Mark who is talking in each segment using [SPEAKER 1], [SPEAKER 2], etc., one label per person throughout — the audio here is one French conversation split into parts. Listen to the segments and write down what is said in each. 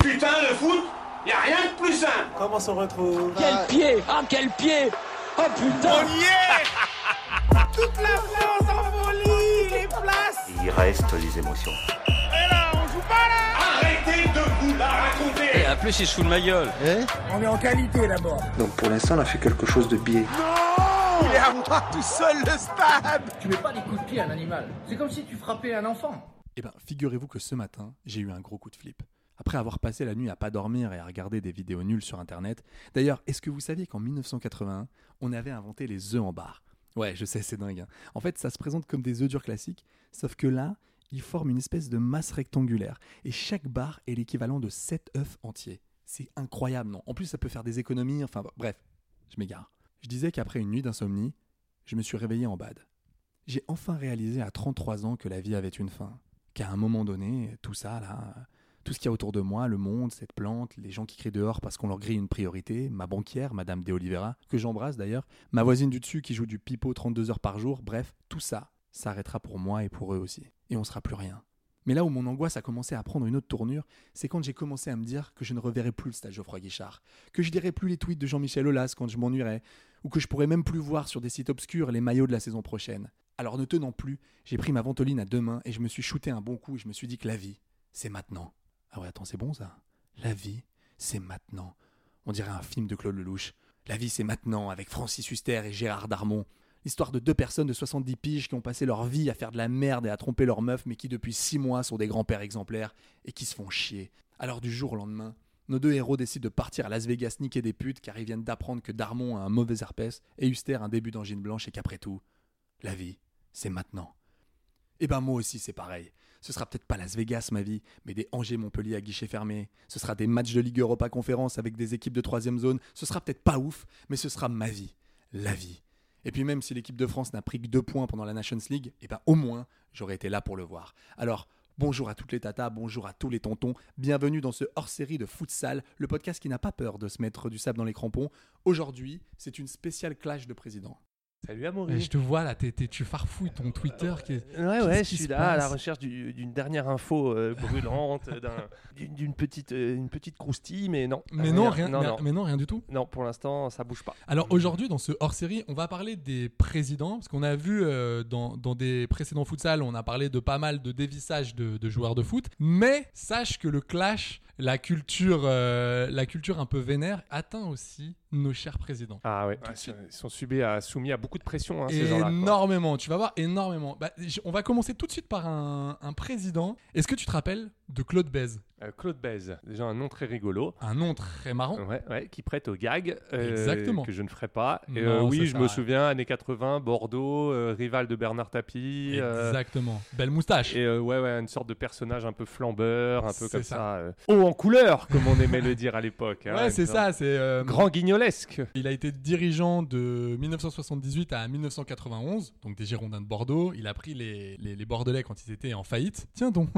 [SPEAKER 1] Putain, le foot, y a rien de plus simple.
[SPEAKER 2] Comment s'en retrouve
[SPEAKER 3] Quel pied Ah quel pied Oh putain
[SPEAKER 1] Toute la France en folie, les places.
[SPEAKER 4] Il reste les émotions.
[SPEAKER 1] Et là, on joue pas là. Arrêtez de vous la raconter.
[SPEAKER 3] En plus il se fout de ma gueule
[SPEAKER 5] Donc pour l'instant, on a fait quelque chose de biais.
[SPEAKER 1] Il est à moi tout seul le stade.
[SPEAKER 6] Eh ben, figurez-vous que ce matin, j'ai eu un gros coup de flip. Après avoir passé la nuit à pas dormir et à regarder des vidéos nulles sur internet. D'ailleurs, est-ce que vous saviez qu'en 1981, on avait inventé les œufs en barre Ouais, je sais, c'est dingue. hein. En fait, ça se présente comme des œufs durs classiques, sauf que là, ils forment une espèce de masse rectangulaire et chaque barre est l'équivalent de 7 œufs entiers. C'est incroyable, non En plus, ça peut faire des économies, enfin bon, bref, je m'égare. Je disais qu'après une nuit d'insomnie, je me suis réveillé en bad. J'ai enfin réalisé à 33 ans que la vie avait une fin. Qu'à un moment donné, tout ça, là, tout ce qu'il y a autour de moi, le monde, cette plante, les gens qui crient dehors parce qu'on leur grille une priorité, ma banquière, Madame De Oliveira, que j'embrasse d'ailleurs, ma voisine du dessus qui joue du pipeau 32 heures par jour, bref, tout ça s'arrêtera pour moi et pour eux aussi. Et on sera plus rien. Mais là où mon angoisse a commencé à prendre une autre tournure, c'est quand j'ai commencé à me dire que je ne reverrai plus le stade Geoffroy Guichard, que je lirai plus les tweets de Jean-Michel Aulas quand je m'ennuierai, ou que je pourrais même plus voir sur des sites obscurs les maillots de la saison prochaine. Alors ne tenant plus, j'ai pris ma ventoline à deux mains et je me suis shooté un bon coup et je me suis dit que la vie, c'est maintenant. Ah ouais, attends, c'est bon ça La vie, c'est maintenant. On dirait un film de Claude Lelouch. La vie, c'est maintenant, avec Francis Huster et Gérard Darmon. L'histoire de deux personnes de 70 piges qui ont passé leur vie à faire de la merde et à tromper leur meuf, mais qui depuis six mois sont des grands-pères exemplaires et qui se font chier. Alors du jour au lendemain, nos deux héros décident de partir à Las Vegas niquer des putes car ils viennent d'apprendre que Darmon a un mauvais herpès et Huster un début d'angine blanche et qu'après tout, la vie, c'est maintenant. Eh ben moi aussi c'est pareil. Ce sera peut-être pas Las Vegas ma vie, mais des Angers Montpellier à guichet fermé. Ce sera des matchs de Ligue Europa Conférence avec des équipes de troisième zone. Ce sera peut-être pas ouf, mais ce sera ma vie, la vie. Et puis même si l'équipe de France n'a pris que deux points pendant la Nations League, eh ben au moins j'aurais été là pour le voir. Alors bonjour à toutes les tatas, bonjour à tous les tontons, bienvenue dans ce hors-série de futsal, le podcast qui n'a pas peur de se mettre du sable dans les crampons. Aujourd'hui, c'est une spéciale clash de présidents.
[SPEAKER 2] Salut
[SPEAKER 7] Et
[SPEAKER 2] Amaury.
[SPEAKER 7] je te vois là, t'es- t'es- tu farfouilles ton Twitter. qui est-
[SPEAKER 2] Ouais,
[SPEAKER 7] Qu'est-ce
[SPEAKER 2] ouais, je
[SPEAKER 7] qui
[SPEAKER 2] suis
[SPEAKER 7] se
[SPEAKER 2] là à la
[SPEAKER 7] passe
[SPEAKER 2] recherche du- d'une dernière info euh, brûlante, d'un- d'une d'une petite, euh, une petite croustille, mais non.
[SPEAKER 8] Ah,
[SPEAKER 7] Mais non, rien,
[SPEAKER 2] non,
[SPEAKER 7] mais-
[SPEAKER 2] non.
[SPEAKER 7] mais non, rien du tout.
[SPEAKER 2] Non, pour l'instant, ça bouge pas.
[SPEAKER 7] Alors aujourd'hui, dans ce hors-série, on va parler des présidents, parce qu'on a vu euh, dans, dans des précédents futsal, on a parlé de pas mal de dévissages de, de joueurs de foot, mais sache que le clash, la culture, euh, la culture un peu vénère, atteint aussi nos chers présidents.
[SPEAKER 8] Ah ouais,
[SPEAKER 7] Tout de suite.
[SPEAKER 8] ils sont subis à, soumis à beaucoup de pression, hein, ces gens-là. quoi.
[SPEAKER 7] énormément, tu vas voir, énormément. Bah, j- on va commencer tout de suite par un, un président. Est-ce que tu te rappelles de Claude Bèze
[SPEAKER 8] Euh, Claude Bèze, déjà un nom très rigolo.
[SPEAKER 7] Un nom très marrant.
[SPEAKER 8] Ouais, ouais, qui prête au gag, euh,
[SPEAKER 7] Oh. Exactement.
[SPEAKER 8] que je ne ferai pas. Et,
[SPEAKER 7] Non,
[SPEAKER 8] euh,
[SPEAKER 7] ça
[SPEAKER 8] oui,
[SPEAKER 7] sert
[SPEAKER 8] je
[SPEAKER 7] à
[SPEAKER 8] me
[SPEAKER 7] rien.
[SPEAKER 8] souviens, années 80, Bordeaux, euh, rival de Bernard Tapie. euh,
[SPEAKER 7] Exactement. Belle moustache.
[SPEAKER 8] et euh, ouais, ouais, une sorte de personnage un peu flambeur, un peu
[SPEAKER 7] C'est
[SPEAKER 8] comme
[SPEAKER 7] ça.
[SPEAKER 8] ça. euh, haut en couleur, comme on aimait le dire à l'époque. hein,
[SPEAKER 7] ouais, c'est
[SPEAKER 8] une sorte-
[SPEAKER 7] ça. Euh, C'est euh,
[SPEAKER 8] Grand guignolesque.
[SPEAKER 7] Il a été dirigeant de 1978 à 1991, donc des Girondins de Bordeaux. Il a pris les, les- les Bordelais quand ils étaient en faillite. Tiens donc.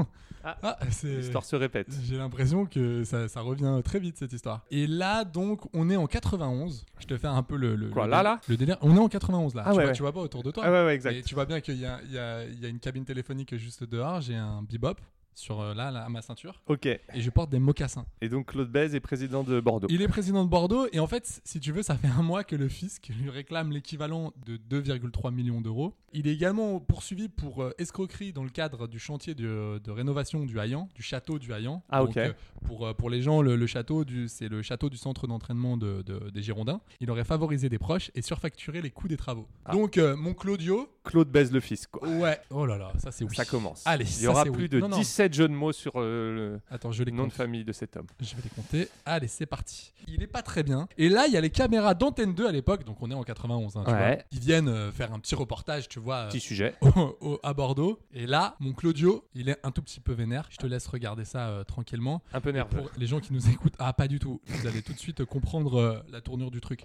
[SPEAKER 8] Ah,
[SPEAKER 7] c'est.
[SPEAKER 8] L'histoire se répète.
[SPEAKER 7] J'ai l'impression que ça, ça revient très vite cette histoire. Et là donc on est en 91. Je te fais un peu le, le-
[SPEAKER 8] Quoi,
[SPEAKER 7] le
[SPEAKER 8] là,
[SPEAKER 7] dé-
[SPEAKER 8] là
[SPEAKER 7] le délire. On est en 91 là.
[SPEAKER 8] Ah
[SPEAKER 7] tu,
[SPEAKER 8] ouais,
[SPEAKER 7] vois,
[SPEAKER 8] ouais.
[SPEAKER 7] tu vois pas autour de toi.
[SPEAKER 8] Ah ouais, ouais,
[SPEAKER 7] Et
[SPEAKER 8] exact.
[SPEAKER 7] tu vois bien qu'il y, a- il y a- il y a une cabine téléphonique juste dehors. J'ai un bebop sur euh, là, là à ma ceinture
[SPEAKER 8] Ok.
[SPEAKER 7] et je porte des mocassins.
[SPEAKER 8] Et donc Claude Bèze est président de Bordeaux.
[SPEAKER 7] Il est président de Bordeaux et en fait, si tu veux, ça fait un mois que le fisc lui réclame l'équivalent de 2,3 millions d'euros. Il est également poursuivi pour euh, escroquerie dans le cadre du chantier de, de rénovation du Haillan, du château du Haillan.
[SPEAKER 8] Ah,
[SPEAKER 7] Donc,
[SPEAKER 8] ok.
[SPEAKER 7] euh, pour, euh, pour les gens, le, le château, du- c'est le château du centre d'entraînement
[SPEAKER 8] Ah.
[SPEAKER 7] de- de- des Girondins. Il aurait favorisé des proches et surfacturé les coûts des travaux. Donc, euh, mon Claudio,
[SPEAKER 8] Claude baise le fils, quoi.
[SPEAKER 7] Ouais. Oh là là, ça c'est oui.
[SPEAKER 8] Ça commence.
[SPEAKER 7] Allez,
[SPEAKER 8] Il y
[SPEAKER 7] ça,
[SPEAKER 8] aura
[SPEAKER 7] c'est
[SPEAKER 8] plus
[SPEAKER 7] oui.
[SPEAKER 8] de
[SPEAKER 7] Non, non.
[SPEAKER 8] 17 jeux de mots sur euh,
[SPEAKER 7] Attends, je
[SPEAKER 8] le
[SPEAKER 7] les
[SPEAKER 8] nom de
[SPEAKER 7] compte.
[SPEAKER 8] famille de cet homme.
[SPEAKER 7] Je vais les compter. Allez, c'est parti. Il est pas très bien. Et là, il y a les caméras d'Antenne 2 à l'époque, donc on est en 91. hein, tu
[SPEAKER 8] Ouais.
[SPEAKER 7] vois. Ils viennent euh, faire un petit reportage, tu vois, euh,
[SPEAKER 8] Petit sujet.
[SPEAKER 7] au- au- à Bordeaux. Et là, mon Claudio, il est un tout petit peu vénère. Je te laisse regarder ça euh, tranquillement.
[SPEAKER 8] Un peu nerveux.
[SPEAKER 7] Pour les gens qui nous écoutent, ah, pas du tout. Vous allez tout de suite comprendre euh, la tournure du truc.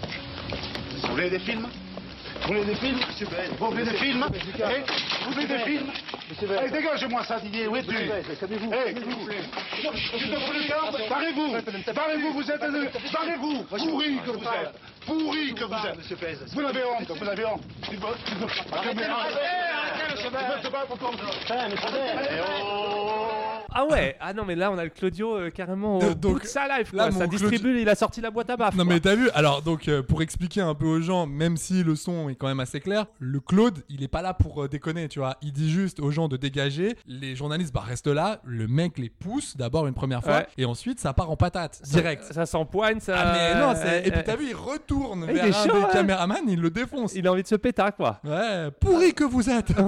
[SPEAKER 4] Vous voulez des films Vous voulez des films Vous voulez des films Eh Vous voulez des films Eh, dégagez-moi ça, Didier, où es-tu Eh, tu te fous le cœur Barrez-vous Barrez-vous, vous êtes un... Barrez-vous Pourri que vous êtes Pourri que vous êtes Vous avez honte, vous avez honte Tu veux... Tu veux... Arrêtez, tu veux te battre contre... Eh oh
[SPEAKER 8] Ah ouais, ah non, mais là on a le Claudio euh, carrément
[SPEAKER 7] Euh,
[SPEAKER 8] au
[SPEAKER 7] donc,
[SPEAKER 8] bout de sa life.
[SPEAKER 7] là,
[SPEAKER 8] quoi.
[SPEAKER 7] mon
[SPEAKER 8] ça distribue, il a sorti la boîte à baffe.
[SPEAKER 7] Non mais t'as vu Alors donc euh, pour expliquer un peu aux gens, même si le son est quand même assez clair, le Claude il est pas là pour euh, déconner, tu vois. Il dit juste aux gens de dégager. Les journalistes bah restent là. Le mec les pousse d'abord une première fois
[SPEAKER 8] Ouais.
[SPEAKER 7] et ensuite ça part en patate direct.
[SPEAKER 8] Ça, ça s'empoigne, ça.
[SPEAKER 7] Ah mais non c'est. Et puis
[SPEAKER 8] euh,
[SPEAKER 7] t'as vu il retourne
[SPEAKER 8] il
[SPEAKER 7] vers
[SPEAKER 8] est
[SPEAKER 7] un
[SPEAKER 8] chaud,
[SPEAKER 7] des
[SPEAKER 8] hein.
[SPEAKER 7] caméramans, il le défonce.
[SPEAKER 8] Il a envie de se péter, quoi.
[SPEAKER 7] Ouais, pourri que vous êtes. putain.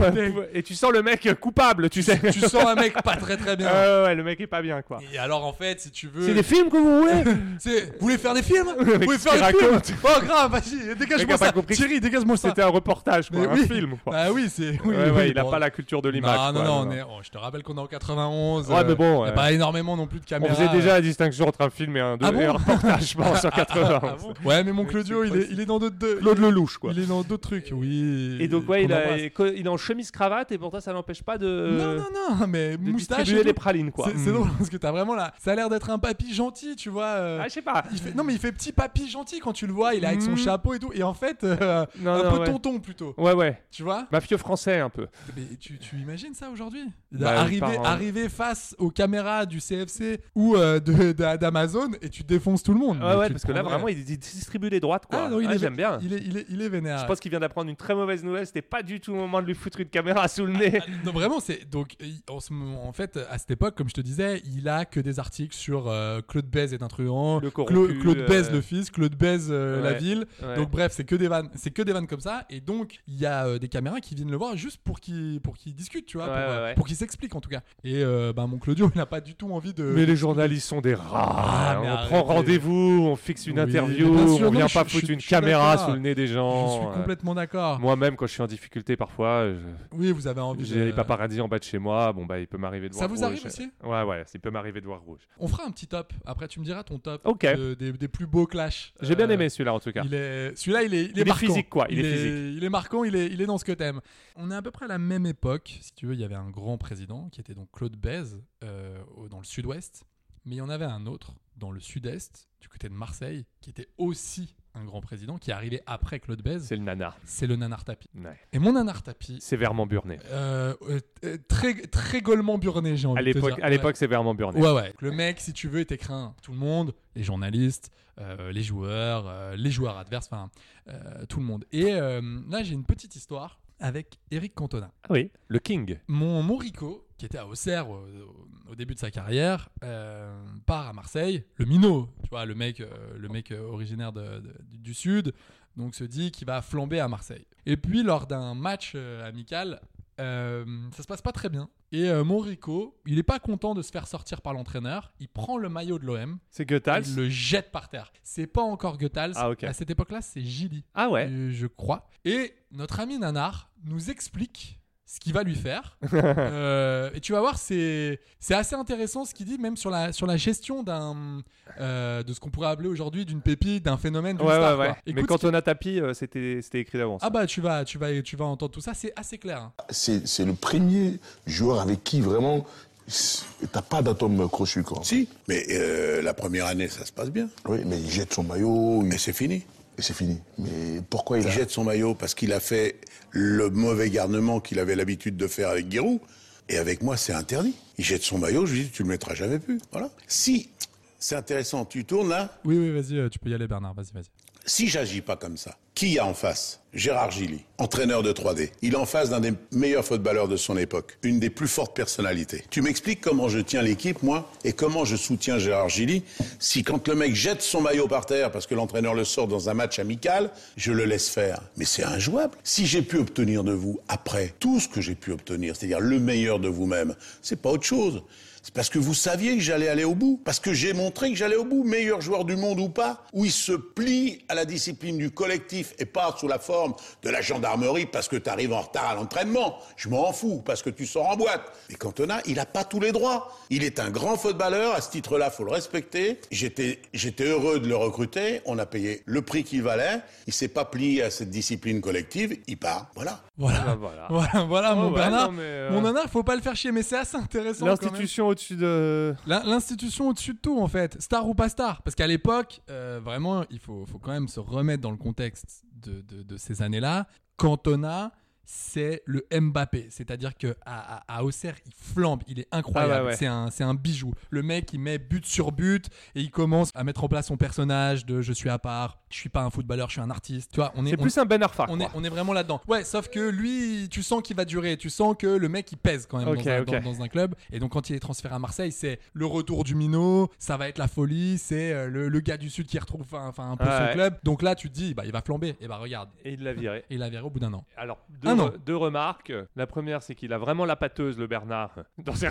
[SPEAKER 8] Et tu sens le mec coupable, tu sais.
[SPEAKER 7] tu sens un mec pas très très bien.
[SPEAKER 8] Ah ouais, le mec est pas bien, quoi.
[SPEAKER 7] Et alors en fait si tu veux,
[SPEAKER 8] C'est des films que vous voulez
[SPEAKER 7] C'est- vous voulez faire des films Vous
[SPEAKER 8] mec
[SPEAKER 7] voulez
[SPEAKER 8] qui
[SPEAKER 7] faire des films
[SPEAKER 8] raconte.
[SPEAKER 7] Oh grave, vas-y
[SPEAKER 8] Mec
[SPEAKER 7] dégage-moi
[SPEAKER 8] a pas
[SPEAKER 7] ça.
[SPEAKER 8] compris que
[SPEAKER 7] Thierry dégage-moi ça.
[SPEAKER 8] C'était un reportage, quoi.
[SPEAKER 7] Mais
[SPEAKER 8] un
[SPEAKER 7] oui.
[SPEAKER 8] film, quoi.
[SPEAKER 7] Bah oui, c'est. oui,
[SPEAKER 8] ouais,
[SPEAKER 7] oui,
[SPEAKER 8] ouais, il a
[SPEAKER 7] bon.
[SPEAKER 8] pas la culture de
[SPEAKER 7] Non,
[SPEAKER 8] l'image.
[SPEAKER 7] non,
[SPEAKER 8] quoi,
[SPEAKER 7] non, on est- oh, je te rappelle qu'on est en 91.
[SPEAKER 8] Ouais, mais bon,
[SPEAKER 7] y a
[SPEAKER 8] ouais.
[SPEAKER 7] pas énormément non plus de
[SPEAKER 8] On
[SPEAKER 7] caméras.
[SPEAKER 8] faisait déjà
[SPEAKER 7] euh.
[SPEAKER 8] la distinction entre un film et un, deux,
[SPEAKER 7] Ah bon Ah
[SPEAKER 8] et un reportage, je pense, sur 80.
[SPEAKER 7] euh, Ouais, mais mon Claudio, il est, il est dans d'autres. deux-
[SPEAKER 8] Claude Lelouch, quoi.
[SPEAKER 7] Il est dans d'autres trucs, oui.
[SPEAKER 8] Et donc, ouais,
[SPEAKER 7] qu'on
[SPEAKER 8] il, a-
[SPEAKER 7] embrasse.
[SPEAKER 8] il co- il est en chemise-cravate, et pourtant, ça n'empêche pas de.
[SPEAKER 7] Non, non, non, mais
[SPEAKER 8] de
[SPEAKER 7] moustache.
[SPEAKER 8] distribuer
[SPEAKER 7] et
[SPEAKER 8] des
[SPEAKER 7] tout.
[SPEAKER 8] pralines, quoi.
[SPEAKER 7] C'est c'est
[SPEAKER 8] Mm.
[SPEAKER 7] drôle parce que t'as vraiment là. Ça a l'air d'être un papy gentil, tu vois. euh,
[SPEAKER 8] Ah, je sais pas.
[SPEAKER 7] il fait- Non, mais il fait petit papy gentil quand tu le vois. Il est avec son
[SPEAKER 8] Mm.
[SPEAKER 7] chapeau et tout. Et en fait, euh,
[SPEAKER 8] Non,
[SPEAKER 7] un
[SPEAKER 8] non,
[SPEAKER 7] peu
[SPEAKER 8] ouais.
[SPEAKER 7] tonton plutôt.
[SPEAKER 8] Ouais, ouais.
[SPEAKER 7] Tu vois
[SPEAKER 8] Mafieux français, un peu.
[SPEAKER 7] Mais tu, tu imagines ça aujourd'hui
[SPEAKER 8] Bah,
[SPEAKER 7] arriver,
[SPEAKER 8] par-
[SPEAKER 7] arriver face aux caméras du CFC ou euh, de- d'a- d'Amazon et tu défonces tout le monde.
[SPEAKER 8] Ouais,
[SPEAKER 7] Mais
[SPEAKER 8] ouais,
[SPEAKER 7] tu
[SPEAKER 8] parce que là,
[SPEAKER 7] prendrais-
[SPEAKER 8] vraiment, il, il distribue les droites, quoi.
[SPEAKER 7] Ah, non, il
[SPEAKER 8] Ouais,
[SPEAKER 7] est
[SPEAKER 8] j'aime bien.
[SPEAKER 7] Il est, il est, il est vénère.
[SPEAKER 8] Je pense qu'il vient d'apprendre une très mauvaise nouvelle. C'était pas du tout le moment de lui foutre une caméra sous le nez.
[SPEAKER 7] Ah, non, vraiment, c'est donc il- en, ce moment- en fait à cette époque, comme je te disais, il a que des articles sur euh, Claude Bèze est intrus,
[SPEAKER 8] Le corrompu,
[SPEAKER 7] Claude Bèze
[SPEAKER 8] euh,
[SPEAKER 7] le fils, Claude Bèze euh, la
[SPEAKER 8] ouais,
[SPEAKER 7] ville.
[SPEAKER 8] ouais.
[SPEAKER 7] Donc bref, c'est que des vannes, c'est que des vannes comme ça. Et donc il y a euh, des caméras qui viennent le voir juste pour qu'il pour qu'il discute, tu vois,
[SPEAKER 8] Ouais,
[SPEAKER 7] pour, euh,
[SPEAKER 8] ouais, ouais.
[SPEAKER 7] pour qu'il s'explique en tout cas. Et euh, bah, mon Claudio, il n'a pas du tout envie de.
[SPEAKER 8] Mais les journalistes sont des rats.
[SPEAKER 7] Ah, mais
[SPEAKER 8] on
[SPEAKER 7] arrêtez.
[SPEAKER 8] prend rendez-vous, on fixe une
[SPEAKER 7] Oui,
[SPEAKER 8] interview,
[SPEAKER 7] mais bien sûr,
[SPEAKER 8] on vient
[SPEAKER 7] non,
[SPEAKER 8] pas
[SPEAKER 7] je-
[SPEAKER 8] foutre
[SPEAKER 7] je-
[SPEAKER 8] une
[SPEAKER 7] je suis
[SPEAKER 8] caméra
[SPEAKER 7] d'accord.
[SPEAKER 8] sous le nez des
[SPEAKER 7] Je
[SPEAKER 8] gens.
[SPEAKER 7] suis complètement
[SPEAKER 8] Euh,
[SPEAKER 7] d'accord.
[SPEAKER 8] Moi-même, quand je suis en difficulté parfois, je-
[SPEAKER 7] Oui, vous avez envie.
[SPEAKER 8] j'ai
[SPEAKER 7] de-
[SPEAKER 8] les paparazzis en bas de chez moi. Bon, bah, il peut m'arriver de
[SPEAKER 7] Ça
[SPEAKER 8] voir
[SPEAKER 7] vous
[SPEAKER 8] rouge.
[SPEAKER 7] arrive aussi
[SPEAKER 8] Ouais, ouais, il peut m'arriver de voir rouge.
[SPEAKER 7] On fera un petit top. Après, tu me diras ton top
[SPEAKER 8] Ok.
[SPEAKER 7] de- des, des plus beaux clashs.
[SPEAKER 8] J'ai bien
[SPEAKER 7] Euh,
[SPEAKER 8] aimé celui-là, en tout cas.
[SPEAKER 7] Il est, celui-là, il est, il est,
[SPEAKER 8] Il est
[SPEAKER 7] marquant.
[SPEAKER 8] physique, quoi. Il est physique.
[SPEAKER 7] Il est marquant. Il est, il est dans ce que t'aimes. On est à peu près à la même époque. Si tu veux, il y avait un grand président qui était donc Claude Bèze euh, au- dans le Sud-Ouest, mais il y en avait un autre dans le Sud-Est, du côté de Marseille, qui était aussi un grand président qui est arrivé après Claude Bèze.
[SPEAKER 8] C'est le nana.
[SPEAKER 7] C'est le Nanar Tapi.
[SPEAKER 8] Ouais.
[SPEAKER 7] Et mon Nanar Tapi,
[SPEAKER 8] Sévèrement burné.
[SPEAKER 7] euh, euh, euh, très très gaulement burné, j'ai envie
[SPEAKER 8] À
[SPEAKER 7] de te
[SPEAKER 8] l'époque,
[SPEAKER 7] dire.
[SPEAKER 8] à
[SPEAKER 7] Ouais.
[SPEAKER 8] l'époque, sévèrement burné.
[SPEAKER 7] Ouais, ouais. Le mec, si tu veux, était craint. Tout le monde, les journalistes, euh, les joueurs, euh, les joueurs adverses, enfin, euh, tout le monde. Et euh, là, j'ai une petite histoire avec Eric Cantona.
[SPEAKER 8] Ah oui, le king.
[SPEAKER 7] Mon, mon Rico, qui était à Auxerre au, au- au début de sa carrière, euh, part à Marseille. Le minot, tu vois, le mec, euh, le mec euh, originaire de- de- du Sud, donc se dit qu'il va flamber à Marseille. Et puis, lors d'un match euh, amical, euh, ça se passe pas très bien. Et euh, mon Rico, il est pas content de se faire sortir par l'entraîneur. Il prend le maillot de l'OM,
[SPEAKER 8] C'est
[SPEAKER 7] il
[SPEAKER 8] Goethals.
[SPEAKER 7] le jette par terre. C'est pas encore Goethals.
[SPEAKER 8] Ah, ok.
[SPEAKER 7] À cette époque-là, c'est Gilly.
[SPEAKER 8] Ah ouais.
[SPEAKER 7] Euh, je crois. Et notre ami Nanar nous explique ce qu'il va lui faire. Euh, et tu vas voir, c'est c'est assez intéressant ce qu'il dit, même sur la, sur la gestion d'un euh, de ce qu'on pourrait appeler aujourd'hui d'une pépite, d'un phénomène, d'une
[SPEAKER 8] Ouais, ouais,
[SPEAKER 7] star,
[SPEAKER 8] ouais.
[SPEAKER 7] quoi.
[SPEAKER 8] Mais
[SPEAKER 7] Écoute
[SPEAKER 8] quand
[SPEAKER 7] ce qu'il-
[SPEAKER 8] on a tapis, euh, c'était c'était écrit d'avance.
[SPEAKER 7] Ah bah tu vas, tu vas, tu vas entendre tout ça, c'est assez clair. hein.
[SPEAKER 4] C'est c'est le premier joueur avec qui vraiment c'est- t'as pas d'atome crochu quoi. Si, mais euh, la première année ça se passe bien. Oui, mais il jette son maillot. Et c'est fini. Et c'est fini. Mais pourquoi il, jette son maillot Parce qu'il a fait le mauvais garnement qu'il avait l'habitude de faire avec Giroud. Et avec moi c'est interdit. Il jette son maillot, je lui dis tu le mettras jamais plus. Voilà. Si c'est intéressant, tu tournes là.
[SPEAKER 7] Oui, oui, vas-y, euh, tu peux y aller Bernard, vas-y, vas-y.
[SPEAKER 4] Si j'agis pas comme ça,
[SPEAKER 9] Qui y a en face Gérard Gilly, entraîneur de 3D. Il est en face d'un des meilleurs footballeurs de son époque, une des plus fortes personnalités. Tu m'expliques comment je tiens l'équipe, moi, et comment je soutiens Gérard Gilly, si quand le mec jette son maillot par terre parce que l'entraîneur le sort dans un match amical, je le laisse faire. Mais c'est injouable. Si j'ai pu obtenir de vous, après, tout ce que j'ai pu obtenir, c'est-à-dire le meilleur de vous-même, c'est pas autre chose. C'est parce que vous saviez que j'allais aller au bout, parce que j'ai montré que j'allais au bout, meilleur joueur du monde ou pas, où il se plie à la discipline du collectif et part sous la forme de la gendarmerie parce que tu arrives en retard à l'entraînement. Je m'en fous, parce que tu sors en boîte. Mais Cantona, il n'a pas tous les droits. Il est un grand footballeur, à ce titre-là, faut le respecter. J'étais, j'étais heureux de le recruter, on a payé le prix qu'il valait, il s'est pas plié à cette discipline collective, il part, voilà.
[SPEAKER 7] Voilà.
[SPEAKER 8] Bah, voilà.
[SPEAKER 7] Voilà, voilà,
[SPEAKER 8] Ouais,
[SPEAKER 7] mon
[SPEAKER 8] ouais,
[SPEAKER 7] Bernard.
[SPEAKER 8] non, mais, euh,
[SPEAKER 7] Mon nana, faut pas le faire chier, mais c'est assez intéressant. quand même.
[SPEAKER 8] L'institution au-dessus de.
[SPEAKER 7] L'in- L'institution au-dessus de tout, en fait. Star ou pas star. Parce qu'à l'époque, euh, vraiment, il faut, faut quand même se remettre dans le contexte de, de- de ces années-là. Cantona, c'est le Mbappé. C'est-à-dire que à, à- à Auxerre, il flambe. Il est incroyable.
[SPEAKER 8] Ah ouais, ouais.
[SPEAKER 7] C'est un, c'est un bijou. Le mec, il met but sur but et il commence à mettre en place son personnage de je suis à part, je suis pas un footballeur, je suis un artiste. Tu vois, on est,
[SPEAKER 8] C'est
[SPEAKER 7] on-
[SPEAKER 8] plus un Ben Arfa.
[SPEAKER 7] on est, on est vraiment là-dedans. Ouais, sauf que lui, tu sens qu'il va durer. Tu sens que le mec, il pèse quand même
[SPEAKER 8] Ok,
[SPEAKER 7] dans, un,
[SPEAKER 8] ok.
[SPEAKER 7] dans- dans un club. Et donc, quand il est transféré à Marseille, c'est le retour du minot, ça va être la folie, c'est euh, le, le gars du Sud qui retrouve un, enfin, un peu
[SPEAKER 8] Ah
[SPEAKER 7] son
[SPEAKER 8] ouais.
[SPEAKER 7] club. Donc là, tu te dis, bah, il va flamber. Et bah, regarde.
[SPEAKER 8] Et il l'a viré.
[SPEAKER 7] Et il l'a viré au bout d'un an.
[SPEAKER 8] Alors, deux,
[SPEAKER 7] Un an.
[SPEAKER 8] deux remarques. La première, c'est qu'il a vraiment la pâteuse, le Bernard. Dans ses-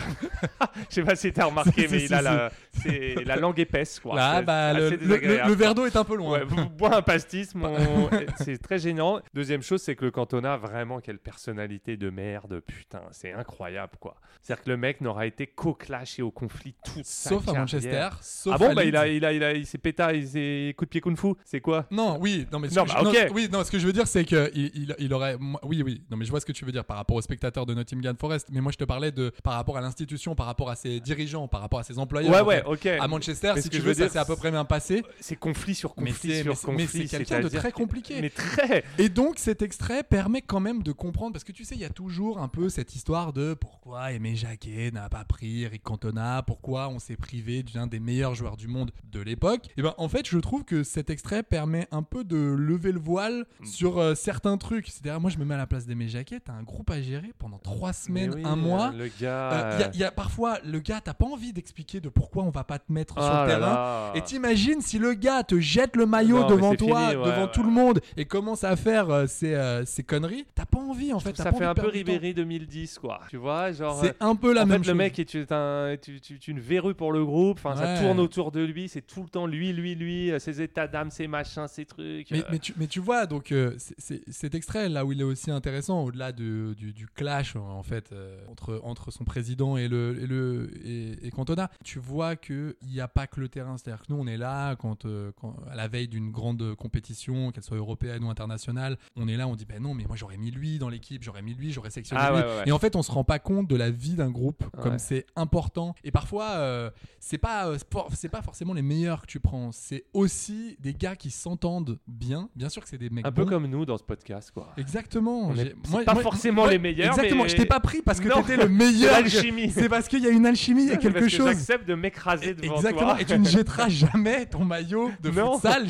[SPEAKER 8] Je sais pas si t'as remarqué,
[SPEAKER 7] Si,
[SPEAKER 8] mais
[SPEAKER 7] si,
[SPEAKER 8] il a
[SPEAKER 7] si,
[SPEAKER 8] la...
[SPEAKER 7] si.
[SPEAKER 8] c'est la langue épaisse. Quoi.
[SPEAKER 7] Là,
[SPEAKER 8] C'est
[SPEAKER 7] bah, le-
[SPEAKER 8] assez
[SPEAKER 7] le- le-
[SPEAKER 8] désagréable.
[SPEAKER 7] le verre d'eau est un peu loin.
[SPEAKER 8] Ouais, vous- bois un pastis, mon- c'est très gênant. Deuxième chose, c'est que le Cantona, vraiment, quelle personnalité de merde. Putain, c'est incroyable, quoi. C'est-à-dire que le mec n'aura été qu'au clash et au conflit toute sa
[SPEAKER 7] Sauf à
[SPEAKER 8] carrière.
[SPEAKER 7] Manchester, sauf
[SPEAKER 8] ah bon,
[SPEAKER 7] à
[SPEAKER 8] bah,
[SPEAKER 7] Leeds.
[SPEAKER 8] il, a, il, a, il, a, il s'est péta, il s'est coup de pied kung-fu. C'est quoi
[SPEAKER 7] Non, oui, non, mais ce,
[SPEAKER 8] Non,
[SPEAKER 7] que,
[SPEAKER 8] bah,
[SPEAKER 7] je,
[SPEAKER 8] ok.
[SPEAKER 7] non, oui, non, ce que je veux dire, c'est que il, il- il aurait. moi- Oui, oui, non, mais je vois ce que tu veux dire par rapport aux spectateurs de Nottingham Forest, mais moi je te parlais de par rapport à l'institution, par rapport à ses dirigeants, par rapport à ses employeurs.
[SPEAKER 8] Ouais,
[SPEAKER 7] en
[SPEAKER 8] ouais,
[SPEAKER 7] fait.
[SPEAKER 8] ok.
[SPEAKER 7] À Manchester,
[SPEAKER 8] Mais
[SPEAKER 7] si
[SPEAKER 8] ce que
[SPEAKER 7] tu
[SPEAKER 8] je veux
[SPEAKER 7] veux, ça
[SPEAKER 8] dire,
[SPEAKER 7] s'est à peu près bien passé.
[SPEAKER 8] C'est conflit sur
[SPEAKER 7] Mais
[SPEAKER 8] conflit
[SPEAKER 7] c'est-
[SPEAKER 8] sur
[SPEAKER 7] mais c'est- mais
[SPEAKER 8] conflit.
[SPEAKER 7] c'est quelqu'un de
[SPEAKER 8] c'est-à-dire
[SPEAKER 7] très
[SPEAKER 8] que-
[SPEAKER 7] compliqué.
[SPEAKER 8] Mais très.
[SPEAKER 7] Et donc cet extrait permet quand même de comprendre, parce que tu sais, il y a toujours un peu cette histoire de pourquoi Aimé Jacquet n'a pas pris Eric Cantona, pourquoi on s'est privé d'un des meilleurs joueurs du monde de l'époque. Et ben en fait, je trouve que cet extrait permet un peu de lever le voile
[SPEAKER 8] Mm.
[SPEAKER 7] sur euh, certains trucs. C'est-à-dire, moi je me mets à la place d'Aimé Jacquet, t'as un groupe à gérer pendant trois semaines,
[SPEAKER 8] oui,
[SPEAKER 7] un
[SPEAKER 8] euh,
[SPEAKER 7] mois.
[SPEAKER 8] le gars,
[SPEAKER 7] Euh, il y a-
[SPEAKER 8] euh,
[SPEAKER 7] il y a parfois, le gars, t'as pas envie d'expliquer de pourquoi on va pas te mettre sur
[SPEAKER 8] Ah
[SPEAKER 7] le
[SPEAKER 8] là
[SPEAKER 7] terrain.
[SPEAKER 8] là.
[SPEAKER 7] Et t'imagines si le gars te jette le maillot
[SPEAKER 8] Non, mais
[SPEAKER 7] devant
[SPEAKER 8] c'est
[SPEAKER 7] toi,
[SPEAKER 8] fini, ouais,
[SPEAKER 7] devant
[SPEAKER 8] ouais.
[SPEAKER 7] tout le monde, et commence à faire euh, ces, euh, ces conneries, t'as pas envie en fait. t'as
[SPEAKER 8] Ça
[SPEAKER 7] pas
[SPEAKER 8] fait
[SPEAKER 7] envie
[SPEAKER 8] un
[SPEAKER 7] de
[SPEAKER 8] peu
[SPEAKER 7] perdre du temps.
[SPEAKER 8] Ribéry 2010, quoi. Tu vois, genre.
[SPEAKER 7] C'est
[SPEAKER 8] euh,
[SPEAKER 7] un peu la
[SPEAKER 8] en fait,
[SPEAKER 7] même chose.
[SPEAKER 8] le mec est, est un, est- est- est une verrue pour le groupe. Enfin,
[SPEAKER 7] Ouais.
[SPEAKER 8] ça tourne autour de lui. C'est tout le temps lui, lui, lui. euh, Ses états d'âme, ses machins, ses trucs.
[SPEAKER 7] Mais,
[SPEAKER 8] euh.
[SPEAKER 7] mais tu, mais tu vois, donc euh, c'est- c'est- cet extrait là où il est aussi intéressant, au-delà de- du, du clash euh, en fait euh, entre, entre son président et le et le et, et Cantona, tu vois que il n'y a pas que le terrain. C'est-à-dire que nous on est là quand, euh, quand- à la veille d'une grande compétition, qu'elle soit européenne ou internationale, on est là, on dit ben non mais moi j'aurais mis lui dans l'équipe, j'aurais mis lui, j'aurais sélectionné
[SPEAKER 8] Ah
[SPEAKER 7] lui.
[SPEAKER 8] ouais, ouais, ouais.
[SPEAKER 7] Et en fait on se rend pas compte de la vie d'un groupe comme
[SPEAKER 8] Ouais.
[SPEAKER 7] c'est important. Et parfois euh, c'est pas euh, for- c'est pas forcément les meilleurs que tu prends, c'est aussi des gars qui s'entendent bien. Bien sûr que c'est des mecs
[SPEAKER 8] Un peu
[SPEAKER 7] bons.
[SPEAKER 8] comme nous dans ce podcast, quoi.
[SPEAKER 7] Exactement.
[SPEAKER 8] On
[SPEAKER 7] j'ai-
[SPEAKER 8] est- c'est pas forcément les meilleurs,
[SPEAKER 7] Exactement.
[SPEAKER 8] mais-
[SPEAKER 7] Je t'ai pas pris parce que
[SPEAKER 8] Non,
[SPEAKER 7] t'étais le
[SPEAKER 8] c'est
[SPEAKER 7] meilleur.
[SPEAKER 8] l'alchimie.
[SPEAKER 7] C'est parce qu'il y a une alchimie, il y a
[SPEAKER 8] C'est
[SPEAKER 7] quelque
[SPEAKER 8] parce que
[SPEAKER 7] chose. E,
[SPEAKER 8] J'accepte de m'écraser devant
[SPEAKER 7] Exactement.
[SPEAKER 8] toi.
[SPEAKER 7] Et tu ne jetteras jamais ton maillot de
[SPEAKER 8] Non.
[SPEAKER 7] futsal,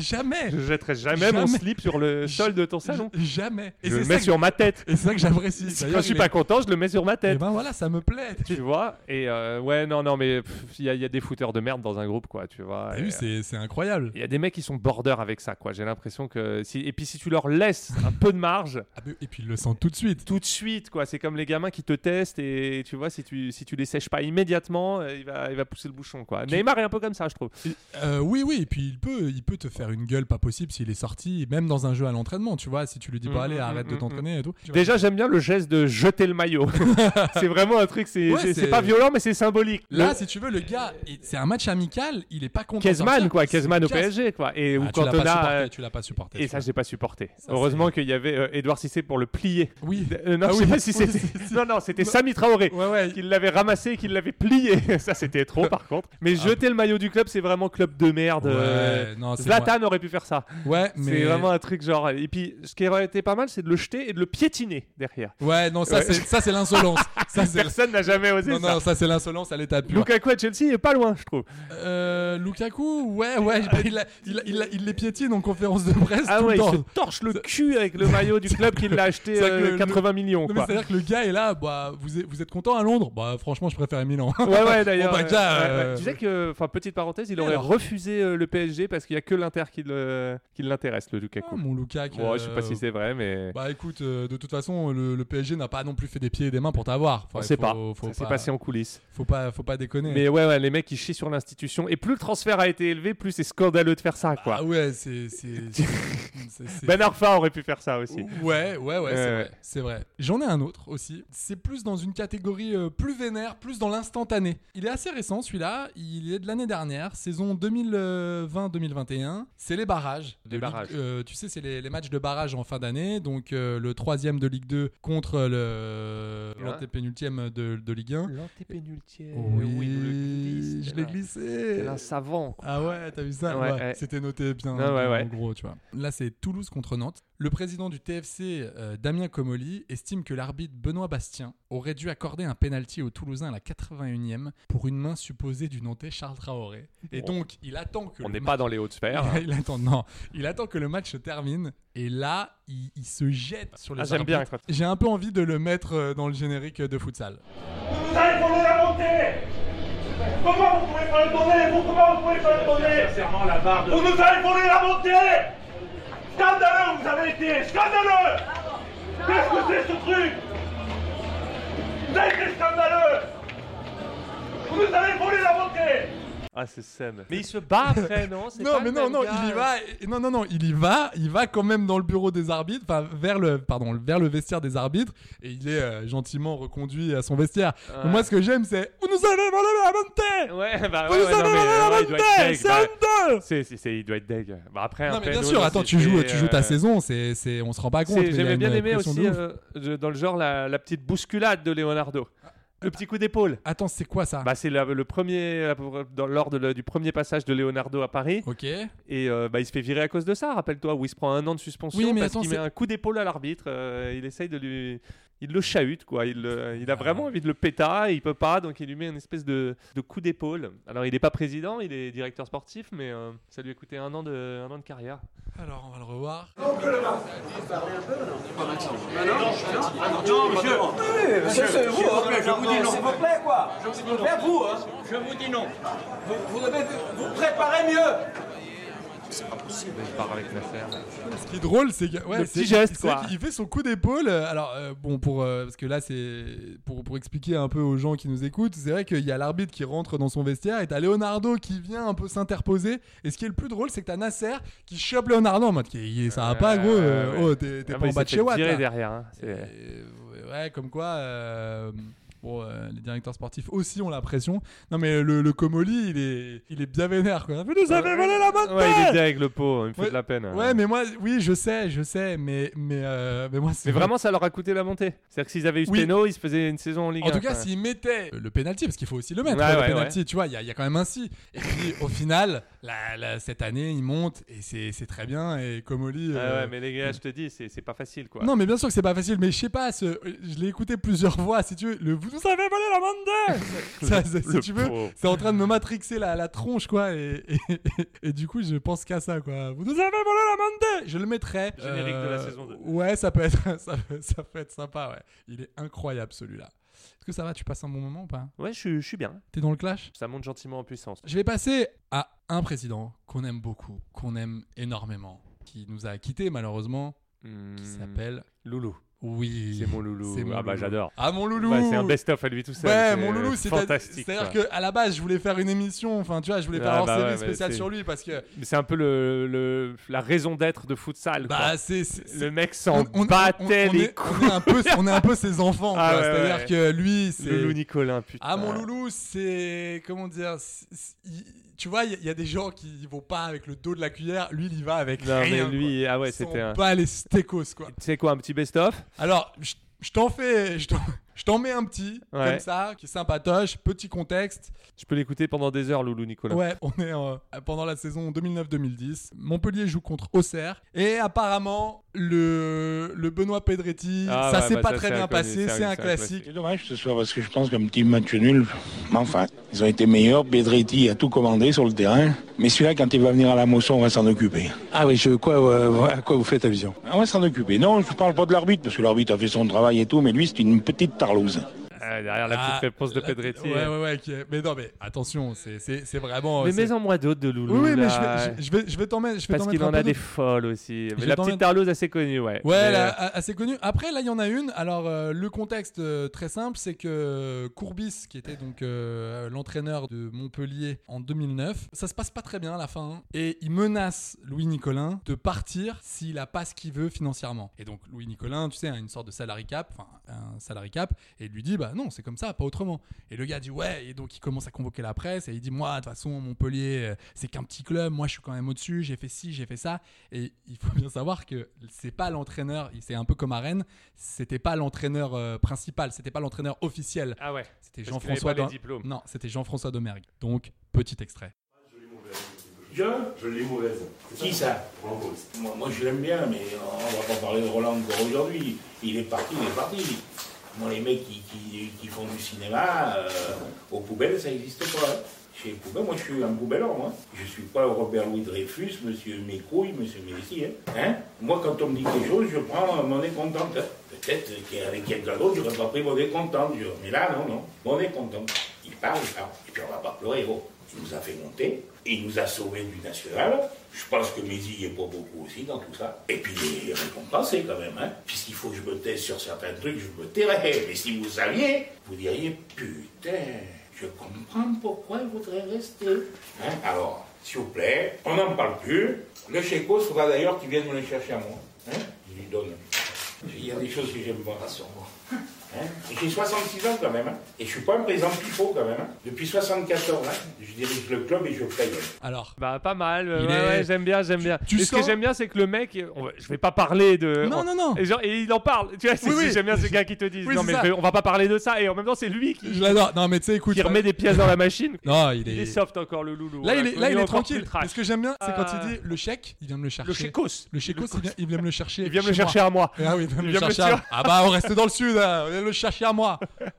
[SPEAKER 7] jamais.
[SPEAKER 8] Je jetterai jamais, mon slip sur le sol de ton salon.
[SPEAKER 7] Jamais.
[SPEAKER 8] Je le
[SPEAKER 7] c'est
[SPEAKER 8] mets
[SPEAKER 7] ça que-
[SPEAKER 8] sur ma tête.
[SPEAKER 7] Et c'est ça que j'apprécie.
[SPEAKER 8] Quand
[SPEAKER 7] D'ailleurs,
[SPEAKER 8] je suis
[SPEAKER 7] il
[SPEAKER 8] pas
[SPEAKER 7] est-
[SPEAKER 8] content, je le mets sur ma
[SPEAKER 7] Eh
[SPEAKER 8] tête.
[SPEAKER 7] ben voilà, ça me plaît.
[SPEAKER 8] tu vois et euh, ouais non non mais pff, il y, a- il y a des footeurs de merde dans un groupe quoi tu vois
[SPEAKER 7] T'as
[SPEAKER 8] Et, euh,
[SPEAKER 7] vu, Bah Ah c'est c'est incroyable.
[SPEAKER 8] il y a des mecs qui sont border avec ça quoi j'ai l'impression que si et puis si tu leur laisses un peu de marge
[SPEAKER 7] Ah ben, Et puis ils le sentent tout de suite.
[SPEAKER 8] tout de suite quoi c'est comme les gamins qui te testent et tu vois si tu si tu les sèches pas immédiatement euh, il va il va pousser le bouchon quoi Neymar est un peu comme ça je trouve
[SPEAKER 7] Euh, oui, oui, et puis il peut, il peut te faire une gueule pas possible s'il est sorti, même dans un jeu à l'entraînement, tu vois, si tu lui dis pas,
[SPEAKER 8] Mm,
[SPEAKER 7] allez,
[SPEAKER 8] mm,
[SPEAKER 7] arrête de
[SPEAKER 8] mm,
[SPEAKER 7] t'entraîner et tout.
[SPEAKER 8] déjà j'aime bien le geste de jeter le maillot c'est vraiment un truc c'est
[SPEAKER 7] Ouais,
[SPEAKER 8] c'est-
[SPEAKER 7] c'est-
[SPEAKER 8] c'est pas violent mais c'est symbolique
[SPEAKER 7] Là,
[SPEAKER 8] Le-
[SPEAKER 7] si tu veux, le gars, il- c'est un match amical, il est pas content. de
[SPEAKER 8] Kezman
[SPEAKER 7] sortir,
[SPEAKER 8] quoi
[SPEAKER 7] il se
[SPEAKER 8] Kezman au
[SPEAKER 7] casse.
[SPEAKER 8] PSG quoi et
[SPEAKER 7] Ah,
[SPEAKER 8] ou
[SPEAKER 7] tu l'as pas
[SPEAKER 8] Cantona
[SPEAKER 7] supporté,
[SPEAKER 8] euh,
[SPEAKER 7] tu l'as pas supporté.
[SPEAKER 8] Et
[SPEAKER 7] tu
[SPEAKER 8] ça,
[SPEAKER 7] vois.
[SPEAKER 8] j'ai pas supporté.
[SPEAKER 7] Ça,
[SPEAKER 8] Heureusement qu'il y avait euh, Edouard Cissé pour le plier.
[SPEAKER 7] Oui.
[SPEAKER 8] Euh, non,
[SPEAKER 7] Ah
[SPEAKER 8] je sais
[SPEAKER 7] oui,
[SPEAKER 8] pas si
[SPEAKER 7] oui,
[SPEAKER 8] c'était.
[SPEAKER 7] si, si.
[SPEAKER 8] Non, non, c'était Sami Traoré
[SPEAKER 7] Ouais, ouais.
[SPEAKER 8] qui l'avait ramassé et qui l'avait plié. ça, c'était trop, par contre. Mais Mais jeter le maillot du club, c'est vraiment club de merde.
[SPEAKER 7] Ah. Ouais,
[SPEAKER 8] euh,
[SPEAKER 7] non, c'est
[SPEAKER 8] Zlatan aurait pu faire ça.
[SPEAKER 7] Ouais, mais-
[SPEAKER 8] C'est vraiment un truc genre. Et puis, ce qui aurait été pas mal, c'est de le jeter et de le piétiner derrière.
[SPEAKER 7] Ouais, non, ça,
[SPEAKER 8] Ouais.
[SPEAKER 7] c'est- ça c'est l'insolence. Ça, c'est-
[SPEAKER 8] Personne n'a jamais osé
[SPEAKER 7] Non,
[SPEAKER 8] ça.
[SPEAKER 7] non, ça c'est l'insolence à l'état pur.
[SPEAKER 8] Lukaku à Chelsea est pas loin, je trouve.
[SPEAKER 7] Euh, Lukaku, ouais, ouais, bah, il, a- il a- il a- il les piétine en conférence de presse
[SPEAKER 8] Ah
[SPEAKER 7] tout
[SPEAKER 8] ouais,
[SPEAKER 7] le
[SPEAKER 8] il
[SPEAKER 7] temps.
[SPEAKER 8] se torche le cul avec le maillot du club qu'il l'a acheté
[SPEAKER 7] C'est-à-dire que
[SPEAKER 8] euh,
[SPEAKER 7] le-
[SPEAKER 8] 80 millions.
[SPEAKER 7] Non, mais
[SPEAKER 8] quoi.
[SPEAKER 7] C'est-à-dire que le gars est là, bah, vous, êtes, vous êtes content à Londres Bah franchement, je préfère Milan.
[SPEAKER 8] Ouais, ouais, d'ailleurs.
[SPEAKER 7] Bon, bah,
[SPEAKER 8] ouais,
[SPEAKER 7] déjà,
[SPEAKER 8] ouais, ouais.
[SPEAKER 7] euh,
[SPEAKER 8] Tu sais que, enfin, petite parenthèse, il
[SPEAKER 7] Et
[SPEAKER 8] aurait
[SPEAKER 7] alors
[SPEAKER 8] refusé euh, le PSG parce qu'il n'y a que l'Inter qui le- qui l'intéresse, le Lukaku.
[SPEAKER 7] Ah, mon Lukaku,
[SPEAKER 8] Ouais, je sais
[SPEAKER 7] euh,
[SPEAKER 8] pas si c'est vrai, mais.
[SPEAKER 7] Bah écoute, euh, de toute façon, le, le PSG n'a pas non plus fait des pieds et des mains pour t'avoir. Enfin,
[SPEAKER 8] on sait
[SPEAKER 7] faut-
[SPEAKER 8] pas.
[SPEAKER 7] faut
[SPEAKER 8] ça s'est passé en coulisses.
[SPEAKER 7] Faut pas, faut pas déconner.
[SPEAKER 8] Mais ouais, ouais, les mecs, ils chient sur l'institution. Et plus le transfert a été élevé, plus c'est scandaleux de faire ça, quoi.
[SPEAKER 7] Ah ouais, c'est. c'est- c'est- c'est-
[SPEAKER 8] Ben Arfa aurait pu faire ça aussi.
[SPEAKER 7] Ouais, ouais, ouais, c'est
[SPEAKER 8] Euh,
[SPEAKER 7] vrai. C'est vrai. J'en ai un autre aussi. C'est plus dans une catégorie euh, plus vénère, plus dans l'instantané. Il est assez récent celui-là. Il est de l'année dernière, saison 2020-2021. C'est les barrages.
[SPEAKER 8] Les
[SPEAKER 7] De Ligue-
[SPEAKER 8] barrages.
[SPEAKER 7] euh, tu sais, c'est les, les matchs de barrage en fin d'année. Donc euh, le troisième de Ligue 2 contre le
[SPEAKER 8] Hein
[SPEAKER 7] l'antépénultième de, de Ligue 1.
[SPEAKER 8] L'antépénultième.
[SPEAKER 7] Oui,
[SPEAKER 8] Oui, nous le glisse,
[SPEAKER 7] je
[SPEAKER 8] t'es
[SPEAKER 7] l'ai
[SPEAKER 8] là.
[SPEAKER 7] glissé.
[SPEAKER 8] T'es un savant, quoi.
[SPEAKER 7] Ah ouais, t'as vu ça
[SPEAKER 8] Ouais,
[SPEAKER 7] Ouais,
[SPEAKER 8] ouais.
[SPEAKER 7] C'était noté bien,
[SPEAKER 8] Ah ouais,
[SPEAKER 7] bien,
[SPEAKER 8] ouais.
[SPEAKER 7] en gros, tu vois. Là, c'est Toulouse contre Nantes. Le président du TFC, euh, Damien Comoli, estime que l'arbitre Benoît Bastien aurait dû accorder un pénalty au Toulousain à la 81e pour une main supposée du Nantais Charles Traoré. Et
[SPEAKER 8] Bon.
[SPEAKER 7] donc, il attend que
[SPEAKER 8] On
[SPEAKER 7] le
[SPEAKER 8] n'est
[SPEAKER 7] ma-
[SPEAKER 8] pas hein. dans les hautes sphères.
[SPEAKER 7] il attend, non. Il attend que le match se termine et là, il, il se jette sur les
[SPEAKER 8] Ah, j'aime
[SPEAKER 7] arbitres.
[SPEAKER 8] bien quand-
[SPEAKER 7] J'ai un peu envie de le mettre euh, dans le générique de futsal.
[SPEAKER 1] Ça, il faut la monter Comment vous pouvez pas le donner Vous, comment vous pouvez pas le donner Sincèrement, la barre Vous nous avez volé la montée Scandaleux, vous avez été Scandaleux Qu'est-ce que c'est, ce truc Vous avez été scandaleux Vous nous avez volé la montée
[SPEAKER 8] Ah, c'est Sam. Mais il se bat après, non C'est pas
[SPEAKER 7] mais
[SPEAKER 8] le
[SPEAKER 7] non,
[SPEAKER 8] même
[SPEAKER 7] non,
[SPEAKER 8] gars. euh.
[SPEAKER 7] il y va. et- Non, non, non, il y va. Il va quand même dans le bureau des arbitres, enfin vers le, pardon, vers le vestiaire des arbitres, et il est euh, gentiment reconduit à son vestiaire.
[SPEAKER 8] Ouais.
[SPEAKER 7] Mais Moi, ce que j'aime, c'est vous nous avez volé la montée.
[SPEAKER 8] Ouais, bah
[SPEAKER 7] Vous
[SPEAKER 8] ouais,
[SPEAKER 7] nous
[SPEAKER 8] ouais, non,
[SPEAKER 7] avez
[SPEAKER 8] mais,
[SPEAKER 7] volé la
[SPEAKER 8] euh, ouais, il doit être
[SPEAKER 7] montée.
[SPEAKER 8] deg,
[SPEAKER 7] C'est
[SPEAKER 8] bah,
[SPEAKER 7] un dingue.
[SPEAKER 8] c'est- c'est- c'est- il doit être deg. Bah après, un
[SPEAKER 7] Non, mais bien
[SPEAKER 8] péno,
[SPEAKER 7] sûr.
[SPEAKER 8] non,
[SPEAKER 7] Attends,
[SPEAKER 8] c'est
[SPEAKER 7] tu joues,
[SPEAKER 8] fait,
[SPEAKER 7] tu joues ta
[SPEAKER 8] euh,
[SPEAKER 7] saison. C'est, c'est, on se rend pas compte. mais
[SPEAKER 8] c'est-
[SPEAKER 7] il y a
[SPEAKER 8] J'avais
[SPEAKER 7] une
[SPEAKER 8] bien aimé
[SPEAKER 7] pression de
[SPEAKER 8] aussi
[SPEAKER 7] ouf.
[SPEAKER 8] euh, je- dans le genre la, la petite bousculade de Leonardo. Le petit coup d'épaule.
[SPEAKER 7] Attends, c'est quoi ça
[SPEAKER 8] Bah, c'est la- le premier la- dans lors de le- du premier passage de Leonardo à Paris
[SPEAKER 7] Ok.
[SPEAKER 8] et euh, bah, il se fait virer à cause de ça. Rappelle-toi où il se prend un an de suspension
[SPEAKER 7] Oui, mais
[SPEAKER 8] parce
[SPEAKER 7] attends,
[SPEAKER 8] qu'il met
[SPEAKER 7] c'est-
[SPEAKER 8] un coup d'épaule à l'arbitre. euh, il essaye de lui, il le chahute quoi. Il, euh,
[SPEAKER 7] Ah.
[SPEAKER 8] il a vraiment envie de le péta, il peut pas donc il lui met une espèce de, de coup d'épaule. Alors il n'est pas président, il est directeur sportif, mais euh, ça lui a coûté un an de un an de carrière.
[SPEAKER 7] Alors, on va le revoir.
[SPEAKER 3] Non, monsieur. Monsieur, vous, je vous dis non. S'il vous plaît, quoi. Je vous dis non. vous, hein. Je vous dis non. Vous, vous devez vous préparer mieux.
[SPEAKER 8] Il part avec Nasser.
[SPEAKER 7] Ce qui est drôle, c'est que ouais,
[SPEAKER 8] Le
[SPEAKER 7] c'est-
[SPEAKER 8] petit geste,
[SPEAKER 7] c'est
[SPEAKER 8] quoi.
[SPEAKER 7] qu'il fait son coup d'épaule. euh, Alors euh, bon, pour euh, parce que là, c'est pour pour expliquer un peu aux gens qui nous écoutent, c'est vrai qu'il y a l'arbitre qui rentre dans son vestiaire et t'as Leonardo qui vient un peu s'interposer. Et ce qui est le plus drôle, c'est que t'as Nasser qui chope Leonardo en mode qui- qui- ça va pas, gros. euh,
[SPEAKER 8] ouais.
[SPEAKER 7] oh, t'es t'es
[SPEAKER 8] Ah,
[SPEAKER 7] pas
[SPEAKER 8] mais
[SPEAKER 7] en
[SPEAKER 8] il
[SPEAKER 7] bas de
[SPEAKER 8] s'est
[SPEAKER 7] chez
[SPEAKER 8] fait
[SPEAKER 7] Watt.
[SPEAKER 8] virer
[SPEAKER 7] là.
[SPEAKER 8] derrière. hein. C'est-
[SPEAKER 7] Euh, ouais, comme quoi. euh, Bon, euh, les directeurs sportifs aussi ont la pression. Non, mais le, le Comoli, il est, il est bien vénère, quoi. Vous nous avez volé la bonne
[SPEAKER 8] Bah, Ouais, il est
[SPEAKER 7] tête
[SPEAKER 8] deg le pot, hein, il me fait
[SPEAKER 7] Ouais.
[SPEAKER 8] de la peine.
[SPEAKER 7] Ouais, mais moi, oui, je sais, je sais, mais, mais, euh, mais moi, c'est.
[SPEAKER 8] Mais vraiment, ça leur a coûté la montée. C'est-à-dire que s'ils avaient eu ce
[SPEAKER 7] Oui.
[SPEAKER 8] péno, ils se faisaient une saison en Ligue 1.
[SPEAKER 7] En tout cas,
[SPEAKER 8] quoi.
[SPEAKER 7] s'il mettait le penalty, parce qu'il faut aussi le mettre,
[SPEAKER 8] Ouais,
[SPEAKER 7] le
[SPEAKER 8] ouais,
[SPEAKER 7] penalty, tu vois, il y, a- il y a quand même un si. Et puis, au final, la- la- cette année, il monte et c'est c'est très bien. Et Comoli.
[SPEAKER 8] Ah
[SPEAKER 7] euh,
[SPEAKER 8] ouais, mais les gars, je te dis, c'est c'est pas facile quoi.
[SPEAKER 7] Non, mais bien sûr que c'est pas facile, mais je sais pas, ce- je l'ai écouté plusieurs fois. Si tu veux, le vous nous avez volé la mandale Ça, ça, Si
[SPEAKER 8] Le
[SPEAKER 7] tu veux,
[SPEAKER 8] pauvre.
[SPEAKER 7] c'est en train de me matrixer la, la tronche, quoi. Et, et- et du coup, je pense qu'à ça, quoi. Vous nous avez volé la mandale Je le mettrai. Euh,
[SPEAKER 8] Générique de la saison deux.
[SPEAKER 7] Ouais, ça peut, être, ça, peut, ça peut être sympa, ouais. Il est incroyable celui-là. Est-ce que ça va Tu passes un bon moment ou pas
[SPEAKER 8] Ouais, je, suis- je suis bien.
[SPEAKER 7] T'es dans le clash
[SPEAKER 8] Ça monte gentiment en puissance.
[SPEAKER 7] Je vais passer à un président qu'on aime beaucoup, qu'on aime énormément, qui nous a quittés malheureusement, qui s'appelle
[SPEAKER 8] Hmm. Loulou.
[SPEAKER 7] oui.
[SPEAKER 8] C'est mon loulou.
[SPEAKER 7] C'est mon
[SPEAKER 8] ah bah
[SPEAKER 7] loulou.
[SPEAKER 8] j'adore.
[SPEAKER 7] Ah mon loulou.
[SPEAKER 8] Ouais, Bah, c'est un best-of à lui tout seul.
[SPEAKER 7] Ouais,
[SPEAKER 8] C'est
[SPEAKER 7] mon loulou, c'est
[SPEAKER 8] fantastique.
[SPEAKER 7] C'est-à-dire
[SPEAKER 8] quoi.
[SPEAKER 7] que à la base, je voulais faire une émission, enfin tu vois, je voulais faire
[SPEAKER 8] Ah,
[SPEAKER 7] hors
[SPEAKER 8] bah
[SPEAKER 7] série
[SPEAKER 8] ouais,
[SPEAKER 7] spéciale
[SPEAKER 8] mais
[SPEAKER 7] sur
[SPEAKER 8] c'est-
[SPEAKER 7] lui parce que
[SPEAKER 8] Mais C'est un peu le, le- la raison d'être de futsal.
[SPEAKER 7] bah
[SPEAKER 8] quoi.
[SPEAKER 7] c'est c'est-
[SPEAKER 8] Le mec
[SPEAKER 7] on-
[SPEAKER 8] s'en
[SPEAKER 7] on- on-
[SPEAKER 8] battait
[SPEAKER 7] on
[SPEAKER 8] les
[SPEAKER 7] est- on est un peu on est un peu ses enfants
[SPEAKER 8] Ah,
[SPEAKER 7] quoi.
[SPEAKER 8] ouais,
[SPEAKER 7] c'est-à-dire
[SPEAKER 8] ouais.
[SPEAKER 7] que lui c'est
[SPEAKER 8] Loulou Nicolin, putain.
[SPEAKER 7] Ah mon loulou, c'est comment dire c'est- c'est- il- tu vois, il y a- il y, a des gens qui y vont pas avec le dos de la cuillère, lui il y va avec
[SPEAKER 8] Non, mais
[SPEAKER 7] rien.
[SPEAKER 8] lui, ah ouais,
[SPEAKER 7] Ils sont
[SPEAKER 8] c'était un.
[SPEAKER 7] pas les stécos quoi.
[SPEAKER 8] Tu sais quoi, un petit best-of
[SPEAKER 7] Alors, je je t'en fais je t'en- je Je t'en mets un petit,
[SPEAKER 8] Ouais.
[SPEAKER 7] comme ça, qui est sympatoche, petit contexte.
[SPEAKER 8] Je peux l'écouter pendant des heures, Loulou Nicolas.
[SPEAKER 7] Ouais, on est euh, pendant la saison 2009-2010. Montpellier joue contre Auxerre. Et apparemment, le, le Benoît Pedretti,
[SPEAKER 8] Ah
[SPEAKER 7] ça
[SPEAKER 8] ouais,
[SPEAKER 7] s'est
[SPEAKER 8] bah
[SPEAKER 7] pas
[SPEAKER 8] ça,
[SPEAKER 7] très
[SPEAKER 8] c'est
[SPEAKER 7] bien
[SPEAKER 8] un
[SPEAKER 7] passé.
[SPEAKER 8] connu,
[SPEAKER 7] C'est un, classique.
[SPEAKER 10] C'est dommage ce soir parce que je pense qu'un petit match nul, mais enfin, ils ont été meilleurs. Pedretti a tout commandé sur le terrain. Mais celui-là, quand il va venir à la Mosson, on va s'en occuper. Ah oui, je, quoi, euh, à quoi vous faites allusion On va s'en occuper. Non, je ne parle pas de l'arbitre parce que l'arbitre a fait son travail et tout, mais lui, c'est une petite tarlouse.
[SPEAKER 8] Ah, derrière la petite
[SPEAKER 7] Ah,
[SPEAKER 8] réponse de
[SPEAKER 7] la-
[SPEAKER 8] Pedretti. hein.
[SPEAKER 7] Ouais, ouais, ouais. qui est- Mais non, mais attention, c'est- c'est c'est vraiment.
[SPEAKER 8] Mais
[SPEAKER 7] c'est-
[SPEAKER 8] mets-en-moi d'autres de Loulou.
[SPEAKER 7] Oui, oui, mais je
[SPEAKER 8] là.
[SPEAKER 7] vais, je- je vais, je vais t'en mettre. je vais
[SPEAKER 8] Parce
[SPEAKER 7] t'en
[SPEAKER 8] qu'il
[SPEAKER 7] mettre un
[SPEAKER 8] en
[SPEAKER 7] peu
[SPEAKER 8] a des
[SPEAKER 7] d'autres.
[SPEAKER 8] folles aussi.
[SPEAKER 7] Je
[SPEAKER 8] Mais
[SPEAKER 7] vais
[SPEAKER 8] la
[SPEAKER 7] t'en
[SPEAKER 8] petite
[SPEAKER 7] mettre-
[SPEAKER 8] Tarlose assez connue, ouais.
[SPEAKER 7] Ouais,
[SPEAKER 8] Mais,
[SPEAKER 7] là,
[SPEAKER 8] euh,
[SPEAKER 7] a- assez connue. Après, là, il y en a une. Alors, euh, le contexte euh, très simple, c'est que euh, Courbis, qui était donc euh, l'entraîneur de Montpellier en 2009, ça se passe pas très bien à la fin. hein. et il menace Louis Nicolin de partir s'il a pas ce qu'il veut financièrement. Et donc, Louis Nicolin, tu sais, a une sorte de salary cap, enfin, un salary cap, et il lui dit, bah non, c'est comme ça, pas autrement. Et le gars dit, ouais, et donc il commence à convoquer la presse, et il dit, moi, de toute façon, Montpellier, euh, c'est qu'un petit club, moi, je suis quand même au-dessus, j'ai fait ci, j'ai fait ça. Et il faut bien savoir que c'est pas l'entraîneur, c'est un peu comme à Rennes, c'était pas l'entraîneur euh, principal, c'était pas l'entraîneur officiel.
[SPEAKER 8] Ah ouais.
[SPEAKER 7] C'était
[SPEAKER 8] Parce qu'il
[SPEAKER 7] Jean-François.
[SPEAKER 8] avait pas les
[SPEAKER 7] Dom-
[SPEAKER 8] diplômes.
[SPEAKER 7] Non, c'était Jean-François Domergue. Donc, petit extrait.
[SPEAKER 10] Je Je l'ai mauvaise. Qui ça moi, moi, je l'aime bien, mais on va pas parler de Roland encore aujourd'hui. Il est parti, il est parti. Moi les mecs qui, qui- qui font du cinéma, euh, aux poubelles ça n'existe pas. hein. Chez les poubelles, moi je suis un poubellon. Hein. Je suis pas Robert Louis Dreyfus, monsieur Mécouille, monsieur Messi. Hein. Hein moi quand on me dit quelque chose, je prends euh, mon écontente. hein. Peut-être qu'avec quelqu'un d'autre, j'aurais pas pris mon écontente. je- Mais là, non, non, mon écontente. Il parle, il parle. Et puis on va pas pleurer, oh. Il nous a fait monter, il nous a sauvés du national. Je pense que Mézi est pas beaucoup aussi dans tout ça. Et puis il est récompensé quand même, hein. Puisqu'il faut que je me taise sur certains trucs, je me tairai. Mais si vous saviez, vous diriez putain, je comprends pourquoi il voudrait rester. Hein, Alors, s'il vous plaît, on n'en parle plus. Le Checo sera d'ailleurs qui vienne me le chercher à moi. Hein je lui donne. Il y a des choses que j'aime pas, rassure-moi. Hein Et J'ai 66 ans quand même, hein. et je suis pas un président pipeau quand même. hein. Depuis 74 ans, hein, je dirige le club et je paye.
[SPEAKER 7] Alors
[SPEAKER 8] Bah, pas mal. ouais,
[SPEAKER 10] Il
[SPEAKER 8] ouais,
[SPEAKER 10] est-
[SPEAKER 8] ouais, j'aime bien, j'aime bien.
[SPEAKER 10] tu
[SPEAKER 8] Et ce que
[SPEAKER 10] sens-
[SPEAKER 8] j'aime bien, c'est que le mec, on va- je vais pas parler de.
[SPEAKER 7] Non,
[SPEAKER 8] on-
[SPEAKER 7] non, non.
[SPEAKER 8] Et, genre, et il en parle. Tu vois, c'est-
[SPEAKER 7] Oui,
[SPEAKER 8] c'est-
[SPEAKER 7] oui.
[SPEAKER 8] j'aime bien ces gars qui te disent
[SPEAKER 7] Oui,
[SPEAKER 8] non,
[SPEAKER 7] c'est
[SPEAKER 8] mais
[SPEAKER 7] ça.
[SPEAKER 8] je vais- on va pas parler de ça. Et en même temps, c'est lui qui.
[SPEAKER 7] Je l'adore. Non, mais tu sais, écoute.
[SPEAKER 8] Qui Bah, remet des pièces dans la machine.
[SPEAKER 7] Non, il est.
[SPEAKER 8] Il est soft encore, le loulou.
[SPEAKER 7] Là,
[SPEAKER 8] Voilà,
[SPEAKER 7] il est, là, il
[SPEAKER 8] connu
[SPEAKER 7] est
[SPEAKER 8] encore
[SPEAKER 7] tranquille.
[SPEAKER 8] ultra.
[SPEAKER 7] Mais ce que j'aime bien, c'est quand
[SPEAKER 8] Ah.
[SPEAKER 7] il dit le chèque, il vient me le chercher.
[SPEAKER 8] Le chécos.
[SPEAKER 7] Le chèque, il vient, il vient me le chercher.
[SPEAKER 8] Il vient me le
[SPEAKER 7] chez
[SPEAKER 8] chercher à moi.
[SPEAKER 7] Ah oui, il vient me
[SPEAKER 8] Il
[SPEAKER 7] le
[SPEAKER 8] vient me
[SPEAKER 7] chercher
[SPEAKER 8] le
[SPEAKER 7] à
[SPEAKER 8] chercher.
[SPEAKER 7] Ah bah, on reste dans le sud. hein. Il vient le chercher à moi.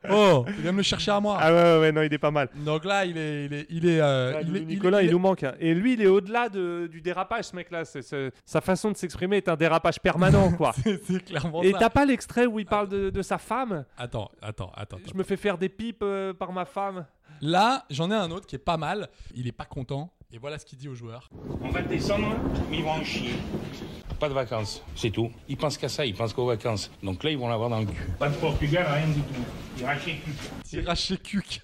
[SPEAKER 7] Oh, il vient me le chercher à moi.
[SPEAKER 8] Ah ouais, ouais, ouais, non, il est pas mal.
[SPEAKER 7] Donc là, il est. Il est, il est, euh,
[SPEAKER 8] Ah,
[SPEAKER 7] il est- il est-
[SPEAKER 8] Nicolas,
[SPEAKER 7] il
[SPEAKER 8] il,
[SPEAKER 7] est-
[SPEAKER 8] nous manque. hein. Et lui, il est au-delà de- du dérapage, ce mec-là. C'est- c'est- Sa façon de s'exprimer est un dérapage permanent, quoi.
[SPEAKER 7] C'est clairement
[SPEAKER 8] Et
[SPEAKER 7] ça.
[SPEAKER 8] t'as pas l'extrait où il parle de, de sa femme
[SPEAKER 7] Attends, attends, attends.
[SPEAKER 8] Je me fais faire des pipes euh, par ma femme.
[SPEAKER 7] Là, j'en ai un autre qui est pas mal. Il est pas content. Et voilà ce qu'il dit aux joueurs.
[SPEAKER 10] On va descendre, mais ils vont en chier. Pas de vacances, c'est tout. Ils pensent qu'à ça, ils pensent qu'aux vacances. Donc là, ils vont l'avoir dans le cul. Pas de Portugal, rien du tout. Ils rachètent
[SPEAKER 7] Tirage chez Cuc.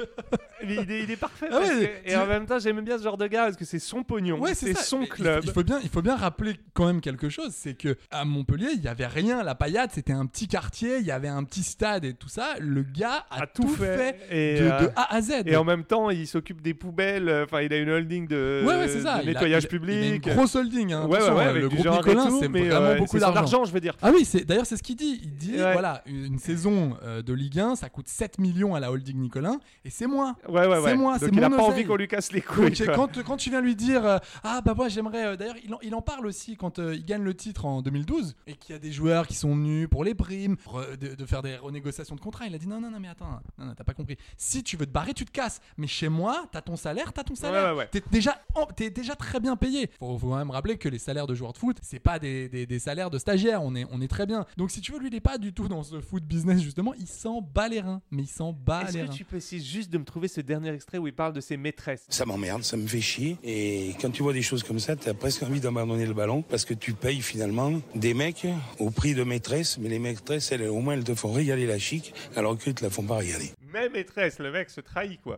[SPEAKER 8] Mais il est, il est parfait.
[SPEAKER 7] Ah
[SPEAKER 8] parce
[SPEAKER 7] ouais,
[SPEAKER 8] que- Et
[SPEAKER 7] tu-
[SPEAKER 8] en même temps, j'aime bien ce genre de gars parce que c'est son pognon,
[SPEAKER 7] Ouais,
[SPEAKER 8] c'est
[SPEAKER 7] ça.
[SPEAKER 8] son
[SPEAKER 7] Mais il-
[SPEAKER 8] club.
[SPEAKER 7] Il faut bien, il faut bien rappeler quand même quelque chose, c'est que à Montpellier, il y avait rien, la paillade, c'était un petit quartier, il y avait un petit stade et tout ça. Le gars a, tout fait,
[SPEAKER 8] Et,
[SPEAKER 7] de,
[SPEAKER 8] euh,
[SPEAKER 7] de A à Z.
[SPEAKER 8] Et en même temps, il s'occupe des poubelles. euh, Enfin, il a une holding de,
[SPEAKER 7] Ouais, ouais, c'est ça.
[SPEAKER 8] de
[SPEAKER 7] Il a-
[SPEAKER 8] euh, nettoyage
[SPEAKER 7] il a-
[SPEAKER 8] public.
[SPEAKER 7] il a une grosse holding, hein.
[SPEAKER 8] ouais, ouais,
[SPEAKER 7] Attention,
[SPEAKER 8] ouais,
[SPEAKER 7] euh,
[SPEAKER 8] avec
[SPEAKER 7] le
[SPEAKER 8] du
[SPEAKER 7] groupe
[SPEAKER 8] genre et
[SPEAKER 7] Nicolin,
[SPEAKER 8] tout,
[SPEAKER 7] c'est
[SPEAKER 8] mais,
[SPEAKER 7] vraiment
[SPEAKER 8] euh,
[SPEAKER 7] beaucoup
[SPEAKER 8] c'est son
[SPEAKER 7] d'argent.
[SPEAKER 8] argent, je veux dire.
[SPEAKER 7] Ah oui, c'est d'ailleurs c'est ce qu'il dit. Il dit
[SPEAKER 8] Ouais.
[SPEAKER 7] voilà une saison euh, de Ligue 1, ça coûte 7 millions à la holding Nicolin et c'est moi.
[SPEAKER 8] Ouais, ouais, ouais.
[SPEAKER 7] C'est moi,
[SPEAKER 8] Donc
[SPEAKER 7] c'est
[SPEAKER 8] il
[SPEAKER 7] mon
[SPEAKER 8] a pas
[SPEAKER 7] oseille.
[SPEAKER 8] envie qu'on lui casse les couilles,
[SPEAKER 7] Donc,
[SPEAKER 8] quoi.
[SPEAKER 7] quand, quand tu viens lui dire euh, ah bah moi j'aimerais euh, d'ailleurs il en, il en parle aussi quand euh, il gagne le titre en 2012 et qu'il y a des joueurs qui sont venus pour les primes pour, euh, de, de faire des renégociations de contrat, il a dit non non non mais attends non non t'as pas compris. Si tu veux te barrer, tu te casses. Mais chez moi, t'as ton salaire, t'as ton salaire.
[SPEAKER 8] Ouais, ouais, ouais.
[SPEAKER 7] T'es déjà en- t'es déjà très bien payé. Faut, faut quand même rappeler que les salaires de joueurs de foot, c'est pas des, des- des salaires de stagiaires. On est on est très bien. Donc si tu veux, lui il est pas du tout dans ce foot business justement. Il s'en bat les reins, mais il s'en bat
[SPEAKER 8] Est-ce
[SPEAKER 7] les
[SPEAKER 8] que
[SPEAKER 7] reins.
[SPEAKER 8] tu peux essayer juste de me trouver ce dernier extrait où il parle de ses maîtresses
[SPEAKER 11] Ça m'emmerde, ça me fait chier. Et quand tu vois des choses comme ça, t'as presque envie d'abandonner le ballon parce que tu payes finalement des mecs au prix de maîtresses, mais les maîtresses, elles, au moins, elles te font régaler la chic, alors qu'eux, ils te la font pas régaler.
[SPEAKER 8] Mes maîtresses, le mec se trahit, quoi.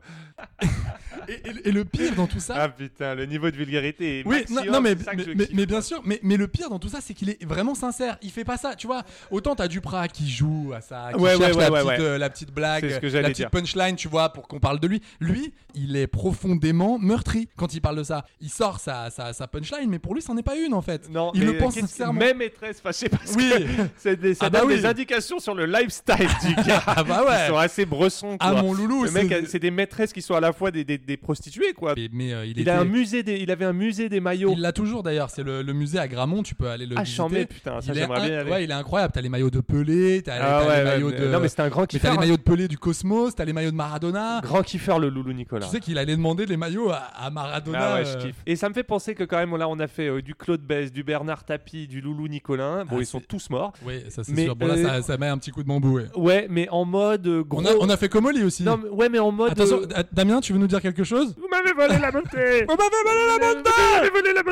[SPEAKER 7] Et, et- et le pire dans tout ça.
[SPEAKER 8] Ah putain, le niveau de vulgarité est
[SPEAKER 7] Bah. Oui, non,
[SPEAKER 8] maximum,
[SPEAKER 7] non, mais,
[SPEAKER 8] c'est ça que
[SPEAKER 7] mais,
[SPEAKER 8] je
[SPEAKER 7] mais-
[SPEAKER 8] kiffe.
[SPEAKER 7] mais bien sûr, mais, mais le pire dans tout ça, c'est qu'il est vraiment sincère. Il fait pas ça, tu vois. Autant t'as Duprat qui joue à ça, qui
[SPEAKER 8] Ouais, ouais,
[SPEAKER 7] cherche
[SPEAKER 8] ouais,
[SPEAKER 7] la,
[SPEAKER 8] ouais,
[SPEAKER 7] petite,
[SPEAKER 8] ouais.
[SPEAKER 7] euh, la petite blague,
[SPEAKER 8] C'est ce que
[SPEAKER 7] la
[SPEAKER 8] j'allais
[SPEAKER 7] petite
[SPEAKER 8] dire.
[SPEAKER 7] punchline, tu vois, pour qu'on parle de lui. Lui, il est profondément meurtri quand il parle de ça. Il sort sa, sa, sa punchline, mais pour lui, c'en est pas une en fait.
[SPEAKER 8] Non,
[SPEAKER 7] il
[SPEAKER 8] mais
[SPEAKER 7] le pense
[SPEAKER 8] qu'est-ce-
[SPEAKER 7] sincèrement.
[SPEAKER 8] Même maîtresse, enfin, je sais pas ce
[SPEAKER 7] Oui.
[SPEAKER 8] que- c'est des, ça
[SPEAKER 7] Ah bah
[SPEAKER 8] donne
[SPEAKER 7] oui.
[SPEAKER 8] des indications sur le lifestyle du gars.
[SPEAKER 7] Ah bah ouais.
[SPEAKER 8] Ils sont assez bressons.
[SPEAKER 7] Ah,
[SPEAKER 8] quoi.
[SPEAKER 7] mon loulou,
[SPEAKER 8] Le mec,
[SPEAKER 7] c'est-
[SPEAKER 8] a- c'est des maîtresses qui sont à la fois des, des- des prostituées, quoi.
[SPEAKER 7] Mais, mais, euh,
[SPEAKER 8] Il a un musée des- il avait un musée des maillots.
[SPEAKER 7] Il l'a toujours d'ailleurs, c'est le, le musée à Gramont, tu peux aller le
[SPEAKER 8] Ah,
[SPEAKER 7] visiter.
[SPEAKER 8] chambé, putain, ça,
[SPEAKER 7] Il est
[SPEAKER 8] j'aimerais bien
[SPEAKER 7] inc-
[SPEAKER 8] aller.
[SPEAKER 7] Ouais, il est incroyable, t'as les maillots de Pelé, t'as
[SPEAKER 8] Ah
[SPEAKER 7] t'as
[SPEAKER 8] ouais,
[SPEAKER 7] les
[SPEAKER 8] ouais,
[SPEAKER 7] maillots
[SPEAKER 8] mais-
[SPEAKER 7] de
[SPEAKER 8] non, mais c'est un grand
[SPEAKER 7] t'as
[SPEAKER 8] kiffeur,
[SPEAKER 7] les
[SPEAKER 8] hein.
[SPEAKER 7] maillots de Pelé du Cosmos, t'as les maillots de Maradona.
[SPEAKER 8] Grand kiffeur, le loulou Nicolas.
[SPEAKER 7] Tu sais qu'il allait demander les maillots à, à Maradona.
[SPEAKER 8] Ah ouais, je
[SPEAKER 7] euh,
[SPEAKER 8] kiffe. Et ça me fait penser que quand même là on a fait euh, du Claude Bess, du Bernard Tapie, du Loulou Nicolin. Bon,
[SPEAKER 7] Ah,
[SPEAKER 8] ils sont tous morts.
[SPEAKER 7] Oui, ça c'est
[SPEAKER 8] Mais,
[SPEAKER 7] sûr. Bon là,
[SPEAKER 8] euh,
[SPEAKER 7] ça, ça met un petit coup de bambou. Ouais.
[SPEAKER 8] Ouais, mais en mode euh, gros.
[SPEAKER 7] On, a, on a fait Comoli aussi.
[SPEAKER 8] Non, mais- ouais, mais en mode.
[SPEAKER 7] Attention,
[SPEAKER 8] euh,
[SPEAKER 7] Da- Damien, tu veux nous dire quelque chose
[SPEAKER 8] Vous m'avez volé la bonté.
[SPEAKER 7] Vous m'avez volé la bonté.
[SPEAKER 8] Vous m'avez volé la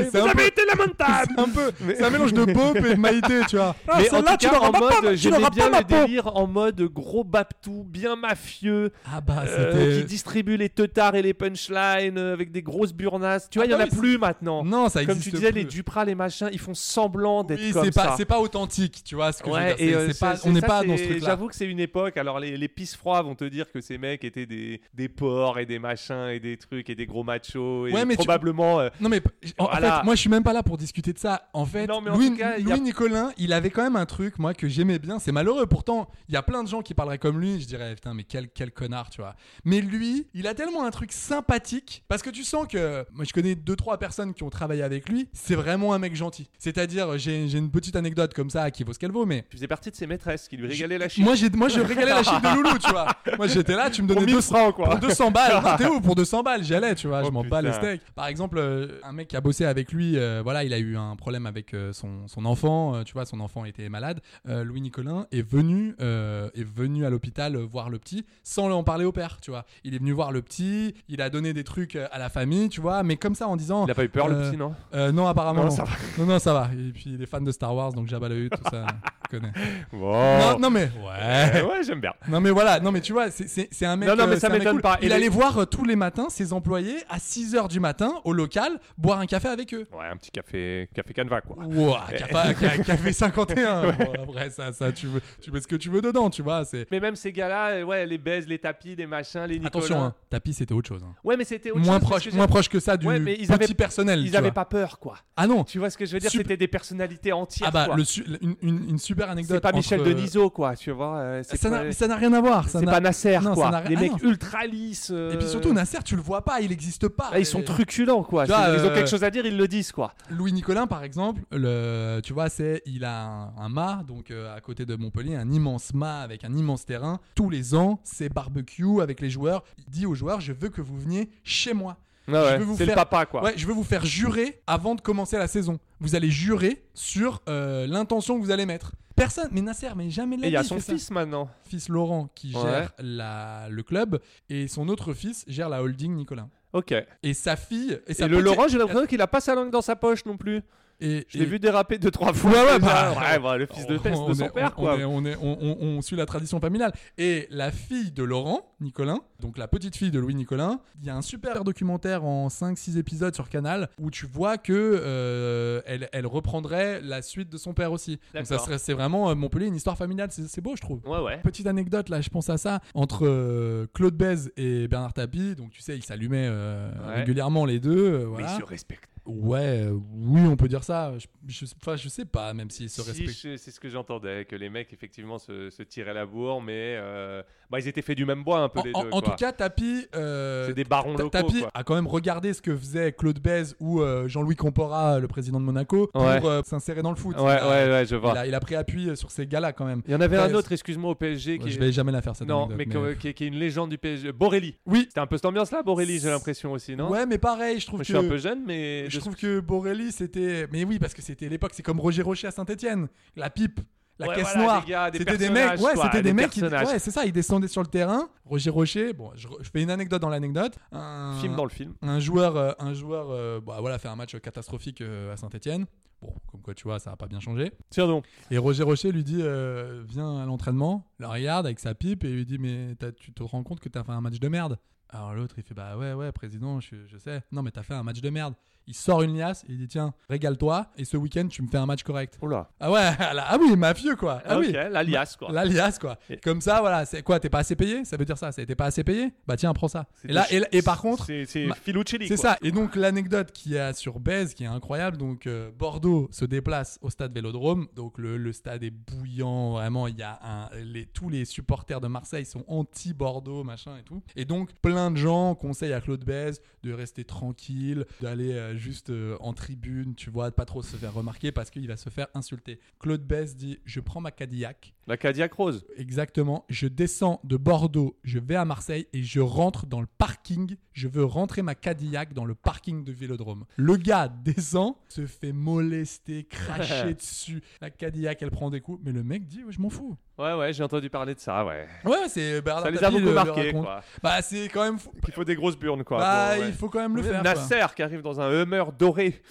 [SPEAKER 8] bonté.
[SPEAKER 7] C'est un
[SPEAKER 8] Vous avez
[SPEAKER 7] peu-
[SPEAKER 8] été lamentable.
[SPEAKER 7] Un peu. C'est un mélange de Bob et de Maïté, tu vois.
[SPEAKER 8] mais
[SPEAKER 7] Ah,
[SPEAKER 8] en
[SPEAKER 7] celle-là,
[SPEAKER 8] tout cas, en
[SPEAKER 7] n'auras pas-
[SPEAKER 8] mode, j'aimais
[SPEAKER 7] n'auras
[SPEAKER 8] bien
[SPEAKER 7] pas ma
[SPEAKER 8] le
[SPEAKER 7] peau.
[SPEAKER 8] délire en mode gros babtou, bien mafieux,
[SPEAKER 7] Ah bah,
[SPEAKER 8] euh,
[SPEAKER 7] c'était-
[SPEAKER 8] qui distribue les teutards et les punchlines euh, avec des grosses burnasses. Tu vois,
[SPEAKER 7] Ah
[SPEAKER 8] il y en
[SPEAKER 7] bah
[SPEAKER 8] a
[SPEAKER 7] oui,
[SPEAKER 8] plus maintenant.
[SPEAKER 7] Non, ça
[SPEAKER 8] Comme
[SPEAKER 7] existe
[SPEAKER 8] tu disais,
[SPEAKER 7] plus.
[SPEAKER 8] les Dupras, les machins, ils font semblant d'être
[SPEAKER 7] Oui,
[SPEAKER 8] comme
[SPEAKER 7] c'est pas,
[SPEAKER 8] ça.
[SPEAKER 7] c'est pas authentique, tu vois ce que
[SPEAKER 8] Ouais,
[SPEAKER 7] je
[SPEAKER 8] et,
[SPEAKER 7] veux dire. C'est-
[SPEAKER 8] euh,
[SPEAKER 7] c'est pas-
[SPEAKER 8] c'est-
[SPEAKER 7] on n'est
[SPEAKER 8] ça,
[SPEAKER 7] pas dans ce
[SPEAKER 8] c'est-
[SPEAKER 7] truc-là.
[SPEAKER 8] J'avoue que c'est une époque. Alors, les, les pisse froids vont te dire que ces mecs étaient des, des porcs et des machins et des trucs et des gros machos. Et
[SPEAKER 7] Ouais, mais tu-
[SPEAKER 8] probablement. euh,
[SPEAKER 7] Non mais en, en
[SPEAKER 8] voilà.
[SPEAKER 7] fait, moi je suis même pas là pour discuter de ça. En fait,
[SPEAKER 8] Non, mais en
[SPEAKER 7] Louis,
[SPEAKER 8] tout cas, il y a-
[SPEAKER 7] Louis Nicolin, il avait quand même un truc moi que j'aimais bien. C'est malheureux pourtant, il y a plein de gens qui parleraient comme lui, je dirais putain mais quel quel connard, tu vois. Mais lui, il a tellement un truc sympathique parce que tu sens que moi je connais deux trois personnes qui ont travaillé avec lui, c'est vraiment un mec gentil. C'est-à-dire j'ai j'ai une petite anecdote comme ça qui vaut ce qu'elle vaut mais
[SPEAKER 8] Tu faisais partie de ces maîtresses qui lui régalaient la chic.
[SPEAKER 7] moi, j'ai- moi, je régalais la chic de Loulou, tu vois. Moi, j'étais là, tu me donnais
[SPEAKER 8] Pour 1000
[SPEAKER 7] 200
[SPEAKER 8] francs, quoi. Oh,
[SPEAKER 7] pour 200 balles. T'es où pour 200 balles J'y allais, tu vois. je m'en bats les
[SPEAKER 8] putain.
[SPEAKER 7] steaks. Par exemple, euh, un mec qui a bossé avec lui, euh, voilà, il a eu un problème avec euh, son, son enfant. euh, tu vois, son enfant était malade. Euh, Louis Nicolin est venu, euh, est venu à l'hôpital euh, voir le petit sans en parler au père, tu vois. Il est venu voir le petit. Il a donné des trucs euh, à la famille, tu vois, mais comme ça en disant.
[SPEAKER 8] Il a pas eu peur, le
[SPEAKER 7] euh,
[SPEAKER 8] petit, non
[SPEAKER 7] euh, Non, apparemment.
[SPEAKER 8] Non,
[SPEAKER 7] Non,
[SPEAKER 8] ça va.
[SPEAKER 7] non, non, ça va. Et puis, il est fan de Star Wars, donc Jabba le Hutt, tout ça, je connais.
[SPEAKER 8] Wow.
[SPEAKER 7] Non, non, mais.
[SPEAKER 8] Ouais, Oh. Eh ouais, j'aime bien.
[SPEAKER 7] Non mais voilà, non mais tu vois, c'est- c'est c'est un mec.
[SPEAKER 8] Non, non, mais
[SPEAKER 7] euh,
[SPEAKER 8] ça
[SPEAKER 7] c'est un mec
[SPEAKER 8] m'étonne
[SPEAKER 7] cool.
[SPEAKER 8] pas. Et
[SPEAKER 7] Il
[SPEAKER 8] les-
[SPEAKER 7] allait voir euh, tous les matins ses employés à 6h du matin au local boire un café avec eux.
[SPEAKER 8] Ouais, un petit café, café canevas, quoi.
[SPEAKER 7] Ouah,
[SPEAKER 8] Eh.
[SPEAKER 7] café, ca- café 51.
[SPEAKER 8] Ouais.
[SPEAKER 7] Bon, après ça, ça tu veux, tu veux ce que tu veux dedans, tu vois. C'est
[SPEAKER 8] Mais même ces gars-là, euh, ouais, les baises, les tapis, les machins, les Nicolas.
[SPEAKER 7] attention, hein, tapis c'était autre chose. hein.
[SPEAKER 8] Ouais, mais c'était autre
[SPEAKER 7] moins
[SPEAKER 8] chose,
[SPEAKER 7] proche,
[SPEAKER 8] parce que
[SPEAKER 7] moins
[SPEAKER 8] j'ai-
[SPEAKER 7] proche que ça du
[SPEAKER 8] Ouais, mais ils
[SPEAKER 7] petit
[SPEAKER 8] avaient-
[SPEAKER 7] personnel.
[SPEAKER 8] Ils
[SPEAKER 7] tu
[SPEAKER 8] avaient
[SPEAKER 7] vois.
[SPEAKER 8] pas peur, quoi.
[SPEAKER 7] Ah non.
[SPEAKER 8] Tu vois ce que je veux dire
[SPEAKER 7] Sup-
[SPEAKER 8] C'était des personnalités entières.
[SPEAKER 7] Ah bah
[SPEAKER 8] quoi.
[SPEAKER 7] le su- une, une- une super anecdote.
[SPEAKER 8] C'est pas Michel
[SPEAKER 7] entre-
[SPEAKER 8] Denisot, quoi, tu vois. euh, c'est
[SPEAKER 7] Ça
[SPEAKER 8] pas-
[SPEAKER 7] n'a- mais ça n'a rien à voir. ça
[SPEAKER 8] C'est
[SPEAKER 7] n'a-
[SPEAKER 8] pas Nasser,
[SPEAKER 7] Non, ça
[SPEAKER 8] quoi.
[SPEAKER 7] n'a rien-
[SPEAKER 8] Les
[SPEAKER 7] ah
[SPEAKER 8] mecs
[SPEAKER 7] non.
[SPEAKER 8] ultra lisses.
[SPEAKER 7] Et puis
[SPEAKER 8] euh,
[SPEAKER 7] surtout Nasser, tu le vois pas, il existe pas.
[SPEAKER 8] ah, ils sont
[SPEAKER 7] Et-
[SPEAKER 8] truculents, quoi.
[SPEAKER 7] Tu vois,
[SPEAKER 8] C'est- ils ont
[SPEAKER 7] euh,
[SPEAKER 8] quelque chose à dire, ils le disent, quoi.
[SPEAKER 7] Louis Nicolin, par exemple, le, tu vois, c'est il a un, un mât, donc euh, à côté de Montpellier, un immense mât avec un immense terrain. Tous les ans, c'est barbecue avec les joueurs. Il dit aux joueurs, je veux que vous veniez chez moi.
[SPEAKER 8] Ouais, ouais,
[SPEAKER 7] Je veux vous
[SPEAKER 8] c'est le
[SPEAKER 7] faire-
[SPEAKER 8] papa, quoi.
[SPEAKER 7] Ouais, je veux vous faire jurer avant de commencer la saison. Vous allez jurer sur euh, l'intention que vous allez mettre. Personne, mais Nasser, mais jamais de la
[SPEAKER 8] Et il y a
[SPEAKER 7] vie,
[SPEAKER 8] son
[SPEAKER 7] fait ça.
[SPEAKER 8] fils maintenant.
[SPEAKER 7] Fils Laurent qui
[SPEAKER 8] Ouais.
[SPEAKER 7] gère la, le club et son autre fils gère la holding Nicolin.
[SPEAKER 8] Ok.
[SPEAKER 7] Et sa fille. Et, sa
[SPEAKER 8] Et le
[SPEAKER 7] petite-
[SPEAKER 8] Laurent, j'ai l'impression qu'il a pas sa langue dans sa poche non plus.
[SPEAKER 7] Et,
[SPEAKER 8] Je l'ai
[SPEAKER 7] et-
[SPEAKER 8] vu déraper deux, trois fois.
[SPEAKER 7] Ouais, ouais,
[SPEAKER 8] déjà.
[SPEAKER 7] bah,
[SPEAKER 8] Ouais, bah, le fils de,
[SPEAKER 7] on-
[SPEAKER 8] peste
[SPEAKER 7] on
[SPEAKER 8] de
[SPEAKER 7] est-
[SPEAKER 8] son
[SPEAKER 7] on-
[SPEAKER 8] père,
[SPEAKER 7] on
[SPEAKER 8] quoi.
[SPEAKER 7] est- on, est- on- on- on suit la tradition familiale. Et la fille de Laurent, Nicolin, donc la petite fille de Louis Nicolin, il y a un super documentaire en 5-6 épisodes sur Canal où tu vois que euh, elle, elle reprendrait la suite de son père aussi. Donc ça
[SPEAKER 8] D'accord.
[SPEAKER 7] serait, c'est vraiment euh, Montpellier, une histoire familiale. C'est c'est beau, je trouve.
[SPEAKER 8] Ouais, ouais.
[SPEAKER 7] Petite anecdote là, je pense à ça entre euh, Claude Bèze et Bernard Tapie. Donc tu sais, ils s'allumaient euh,
[SPEAKER 8] Ouais.
[SPEAKER 7] régulièrement les deux. euh,
[SPEAKER 8] Mais
[SPEAKER 7] voilà.
[SPEAKER 8] ils se respectent.
[SPEAKER 7] Ouais, euh, oui, on peut dire ça. Je, je, enfin, je sais pas, même s'ils se
[SPEAKER 8] Si,
[SPEAKER 7] respectent.
[SPEAKER 8] je- c'est ce que j'entendais, que les mecs effectivement se, se tiraient la bourre, mais euh, bah, ils étaient faits du même bois un peu
[SPEAKER 7] En,
[SPEAKER 8] les
[SPEAKER 7] en-
[SPEAKER 8] deux.
[SPEAKER 7] en
[SPEAKER 8] quoi.
[SPEAKER 7] tout cas, Tapi, euh,
[SPEAKER 8] C'est des barons
[SPEAKER 7] Ta-
[SPEAKER 8] locaux,
[SPEAKER 7] Tapi
[SPEAKER 8] quoi.
[SPEAKER 7] a quand même regardé ce que faisait Claude Bèze ou euh, Jean-Louis Compora, le président de Monaco, pour
[SPEAKER 8] Ouais.
[SPEAKER 7] euh, s'insérer dans le foot.
[SPEAKER 8] Ouais,
[SPEAKER 7] Il a-
[SPEAKER 8] ouais, ouais, je vois.
[SPEAKER 7] Il a, il a pris appui euh, sur ces gars-là quand même.
[SPEAKER 8] Il y en avait
[SPEAKER 7] Après,
[SPEAKER 8] un autre, excuse-moi, au PSG. Qui
[SPEAKER 7] je
[SPEAKER 8] est-
[SPEAKER 7] vais jamais la faire, cette
[SPEAKER 8] Non,
[SPEAKER 7] anecdote,
[SPEAKER 8] mais, euh,
[SPEAKER 7] mais- euh,
[SPEAKER 8] que- Qui, est- qui est une légende du PSG. Borelli.
[SPEAKER 7] Oui.
[SPEAKER 8] C'était un peu cette ambiance-là, Borelli, j'ai l'impression aussi, non
[SPEAKER 7] Ouais, mais pareil, je trouve
[SPEAKER 8] Moi,
[SPEAKER 7] que.
[SPEAKER 8] je suis un peu jeune, mais
[SPEAKER 7] Je
[SPEAKER 8] de-
[SPEAKER 7] trouve que Borelli, c'était. Mais oui, parce que c'était l'époque, c'est comme Roger Rocher à Saint-Etienne. La pipe, la
[SPEAKER 8] Ouais,
[SPEAKER 7] caisse
[SPEAKER 8] voilà,
[SPEAKER 7] noire.
[SPEAKER 8] des gars, des
[SPEAKER 7] c'était des
[SPEAKER 8] personnages,
[SPEAKER 7] mecs. Ouais,
[SPEAKER 8] quoi,
[SPEAKER 7] c'était
[SPEAKER 8] des
[SPEAKER 7] des mecs. qui-
[SPEAKER 8] personnages.
[SPEAKER 7] Ouais, c'est ça, ils descendaient sur le terrain. Roger Rocher, bon, je, je fais une anecdote dans l'anecdote. Un...
[SPEAKER 8] Film dans le film.
[SPEAKER 7] Un joueur, euh, un joueur euh, bah, voilà, fait un match catastrophique euh, à Saint-Etienne. Bon, comme quoi, tu vois, ça n'a pas bien changé.
[SPEAKER 8] Tiens donc.
[SPEAKER 7] Et Roger Rocher lui dit euh, Viens à l'entraînement, le regarde avec sa pipe et lui dit Mais t'as- tu te rends compte que t'as fait un match de merde Alors l'autre, il fait Bah ouais, ouais, président, je, je sais. Non, mais t'as fait un match de merde. Il sort une liasse et il dit Tiens, régale-toi. Et ce week-end, tu me fais un match correct.
[SPEAKER 8] Oula.
[SPEAKER 7] Ah ouais, à la- ah oui, mafieux quoi. Ah
[SPEAKER 8] Ok,
[SPEAKER 7] oui.
[SPEAKER 8] la liasse, quoi.
[SPEAKER 7] La liasse quoi. Comme ça, voilà. C'est quoi T'es pas assez payé Ça veut dire ça. ça T'es pas assez payé Bah tiens, prends ça.
[SPEAKER 8] C'est
[SPEAKER 7] Et là,
[SPEAKER 8] des-
[SPEAKER 7] et, là- et par contre.
[SPEAKER 8] c'est- c'est
[SPEAKER 7] ma-
[SPEAKER 8] Filuccelli,
[SPEAKER 7] C'est
[SPEAKER 8] quoi.
[SPEAKER 7] ça. Et donc, l'anecdote qu'il y a sur Bez qui est incroyable. Donc, euh, Bordeaux se déplace au stade Vélodrome. Donc, le, le stade est bouillant. Vraiment, il y a un, les, tous les supporters de Marseille sont anti-Bordeaux, machin et tout. Et donc, plein de gens conseillent à Claude Bez de rester tranquille, d'aller euh, juste euh, en tribune, tu vois, de pas trop se faire remarquer parce qu'il va se faire insulter. Claude Bez dit Je prends ma Cadillac.
[SPEAKER 8] La Cadillac Rose.
[SPEAKER 7] Exactement. Je descends de Bordeaux, je vais à Marseille et je rentre dans le parking. Je veux rentrer ma Cadillac dans le parking de Vélodrome. Le gars descend, se fait molester, cracher dessus. La Cadillac, elle prend des coups, mais le mec dit Ouais, Je m'en fous.
[SPEAKER 8] Ouais, ouais, j'ai entendu parler de ça, ouais.
[SPEAKER 7] Ouais, c'est Bernard
[SPEAKER 8] Ça les a
[SPEAKER 7] Tapie
[SPEAKER 8] beaucoup
[SPEAKER 7] le- le
[SPEAKER 8] marqués,
[SPEAKER 7] raconte.
[SPEAKER 8] quoi.
[SPEAKER 7] Bah, c'est quand même. fou.
[SPEAKER 8] Il faut des grosses burnes, quoi.
[SPEAKER 7] Bah,
[SPEAKER 8] pour- ouais.
[SPEAKER 7] il faut quand même le faire,
[SPEAKER 8] Nasser qui arrive dans un Hummer doré.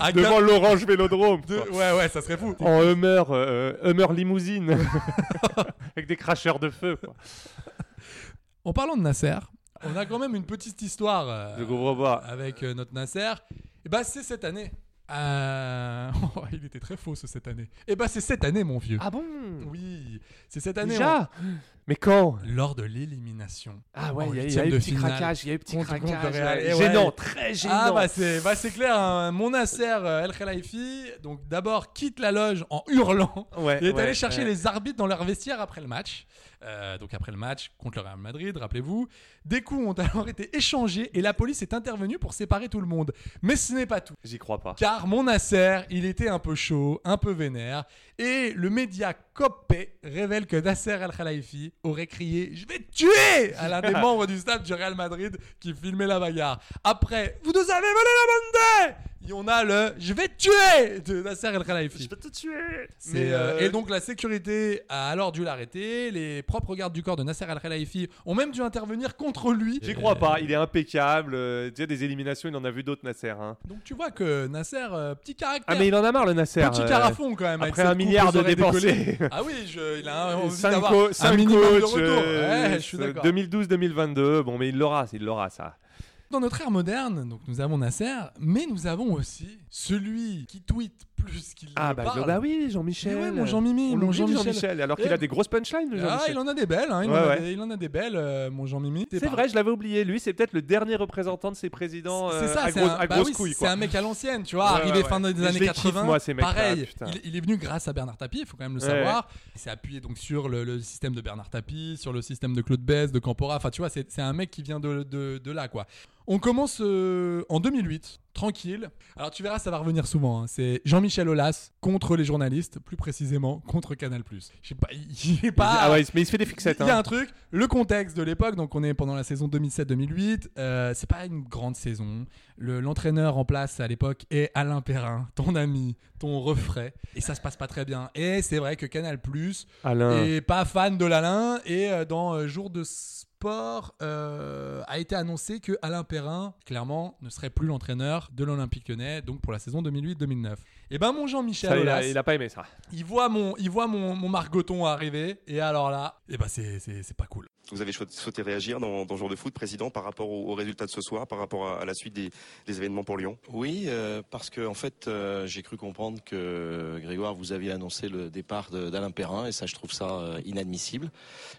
[SPEAKER 7] Ah,
[SPEAKER 8] Devant
[SPEAKER 7] gars-
[SPEAKER 8] l'Orange Vélodrome.
[SPEAKER 7] De-
[SPEAKER 8] quoi.
[SPEAKER 7] Ouais, ouais, ça serait fou.
[SPEAKER 8] En Hummer, euh, Hummer limousine. Avec des cracheurs de feu, quoi.
[SPEAKER 7] En parlant de Nasser, on a quand même une petite histoire euh,
[SPEAKER 8] Ah,
[SPEAKER 7] avec euh, notre Nasser. Et bah c'est cette année. Euh, il était très faux ce cette année. Et bah c'est cette année mon vieux.
[SPEAKER 8] Ah bon
[SPEAKER 7] Oui, c'est cette année.
[SPEAKER 8] Déjà
[SPEAKER 7] on-
[SPEAKER 8] Mais quand
[SPEAKER 7] Lors de l'élimination.
[SPEAKER 8] Ah ouais,
[SPEAKER 7] En
[SPEAKER 8] il y a- il y
[SPEAKER 7] huitième
[SPEAKER 8] a eu
[SPEAKER 7] oh, de
[SPEAKER 8] petit
[SPEAKER 7] finale.
[SPEAKER 8] craquage, il y a eu petit
[SPEAKER 7] Contre- contre le
[SPEAKER 8] craquage,
[SPEAKER 7] Real.
[SPEAKER 8] ouais.
[SPEAKER 7] Et ouais.
[SPEAKER 8] Gênant, très gênant.
[SPEAKER 7] Ah bah c'est bah, c'est clair, hein. mon Nasser euh, El Khelaifi, donc d'abord quitte la loge en hurlant.
[SPEAKER 8] Ouais,
[SPEAKER 7] il est
[SPEAKER 8] ouais,
[SPEAKER 7] allé chercher
[SPEAKER 8] ouais.
[SPEAKER 7] les arbitres dans leur vestiaire après le match. Euh, donc après le match contre le Real Madrid, rappelez-vous. Des coups ont alors été échangés et la police est intervenue pour séparer tout le monde. Mais ce n'est pas tout.
[SPEAKER 8] J'y crois pas.
[SPEAKER 7] Car mon Nasser, il était un peu chaud, un peu vénère. Et le média Copé révèle que Nasser El Khelaifi aurait crié Je vais te tuer à l'un des membres du staff du Real Madrid qui filmait la bagarre. Après, vous nous avez volé la bande Et on a le Je vais te tuer de Nasser El Khelaifi.
[SPEAKER 8] Je vais te tuer
[SPEAKER 7] C'est, euh, Et donc la sécurité a alors dû l'arrêter. Les propres gardes du corps de Nasser El Khelaifi ont même dû intervenir contre lui.
[SPEAKER 8] J'y crois pas, il est impeccable. euh, tu sais, des éliminations, il en a vu d'autres, Nasser. hein.
[SPEAKER 7] Donc tu vois que Nasser, euh, petit caractère.
[SPEAKER 8] Ah, mais il en a marre, le Nasser.
[SPEAKER 7] Petit
[SPEAKER 8] euh,
[SPEAKER 7] carafon quand même. avec
[SPEAKER 8] Après
[SPEAKER 7] cette
[SPEAKER 8] un
[SPEAKER 7] coupe
[SPEAKER 8] milliard
[SPEAKER 7] aux
[SPEAKER 8] de
[SPEAKER 7] oreilles
[SPEAKER 8] dépensés.
[SPEAKER 7] décollées. ah oui, je- il a envie
[SPEAKER 8] Cinq
[SPEAKER 7] d'avoir
[SPEAKER 8] co-
[SPEAKER 7] un
[SPEAKER 8] cinq
[SPEAKER 7] minimum de
[SPEAKER 8] coachs,
[SPEAKER 7] retour.
[SPEAKER 8] euh,
[SPEAKER 7] ouais, je suis
[SPEAKER 8] euh,
[SPEAKER 7] d'accord.
[SPEAKER 8] 2012-2022, bon, mais il l'aura, il l'aura, ça.
[SPEAKER 7] Dans notre ère moderne, donc nous avons Nasser, mais nous avons aussi celui qui tweet plus qu'il
[SPEAKER 8] Ah,
[SPEAKER 7] ne
[SPEAKER 8] bah,
[SPEAKER 7] parle.
[SPEAKER 8] bah oui, Jean-Michel.
[SPEAKER 7] Mais ouais, mon Jean-Mimi,
[SPEAKER 8] On
[SPEAKER 7] mon
[SPEAKER 8] l'oublie,
[SPEAKER 7] Jean-Michel.
[SPEAKER 8] alors
[SPEAKER 7] Et-
[SPEAKER 8] qu'il a des grosses punchlines, le
[SPEAKER 7] Ah,
[SPEAKER 8] Jean-Michel.
[SPEAKER 7] il en a des belles, hein, il,
[SPEAKER 8] Ouais,
[SPEAKER 7] en a
[SPEAKER 8] ouais.
[SPEAKER 7] des, il en a des belles, euh, mon Jean-Mimi.
[SPEAKER 8] C'est vrai, je l'avais oublié. Lui, c'est peut-être le dernier représentant de ces présidents
[SPEAKER 7] C'est
[SPEAKER 8] euh,
[SPEAKER 7] ça,
[SPEAKER 8] à,
[SPEAKER 7] c'est
[SPEAKER 8] gros-
[SPEAKER 7] un,
[SPEAKER 8] à
[SPEAKER 7] bah
[SPEAKER 8] grosses
[SPEAKER 7] oui,
[SPEAKER 8] couilles.
[SPEAKER 7] c'est
[SPEAKER 8] quoi.
[SPEAKER 7] un mec à l'ancienne, tu vois,
[SPEAKER 8] Ouais,
[SPEAKER 7] arrivé
[SPEAKER 8] ouais,
[SPEAKER 7] fin
[SPEAKER 8] ouais.
[SPEAKER 7] des
[SPEAKER 8] Mais je
[SPEAKER 7] années
[SPEAKER 8] les kiffe,
[SPEAKER 7] 80.
[SPEAKER 8] moi, ces mecs-là,
[SPEAKER 7] pareil,
[SPEAKER 8] putain.
[SPEAKER 7] il, il est venu grâce à Bernard Tapie, il faut quand même le
[SPEAKER 8] Ouais,
[SPEAKER 7] savoir. Il s'est appuyé donc sur le, le système de Bernard Tapie, sur le système de Claude Bess, de Campora. Enfin, tu vois, c'est c'est un mec qui vient de, de- de là, quoi. On commence euh, en 2008, tranquille. Alors tu verras, ça va revenir souvent. hein. C'est Jean-Michel Aulas contre les journalistes, plus précisément contre Canal+. Je sais pas, il est pas.
[SPEAKER 8] Ah ouais, mais il se fait des fixettes,
[SPEAKER 7] Il y a
[SPEAKER 8] hein.
[SPEAKER 7] un truc. Le contexte de l'époque, donc on est pendant la saison 2007-2008. euh, c'est pas une grande saison. Le- L'entraîneur en place à l'époque est Alain Perrin, ton ami, ton refrain. Et ça se passe pas très bien. Et c'est vrai que Canal Plus
[SPEAKER 8] Alain.
[SPEAKER 7] est pas fan de l'Alain. Et euh, dans euh, Jour de sport, euh, a été annoncé que Alain Perrin, clairement, ne serait plus l'entraîneur de l'Olympique lyonnais, donc pour la saison 2008-2009. Et ben mon Jean-Michel
[SPEAKER 8] Ça, il, a,
[SPEAKER 7] Aulas-
[SPEAKER 8] il a pas aimé ça.
[SPEAKER 7] il voit mon, il voit mon, mon Margoton arriver, et alors là, et bah c'est, c'est, c'est pas cool.
[SPEAKER 12] Vous avez chou- souhaité réagir dans, dans Jour de foot, Président, par rapport au- aux, résultats de ce soir, par rapport à, à la suite des, des événements pour Lyon
[SPEAKER 13] Oui, euh, parce que en fait, euh, j'ai cru comprendre que euh, Grégoire, vous aviez annoncé le départ de- d'Alain Perrin, et ça, je trouve ça euh, inadmissible.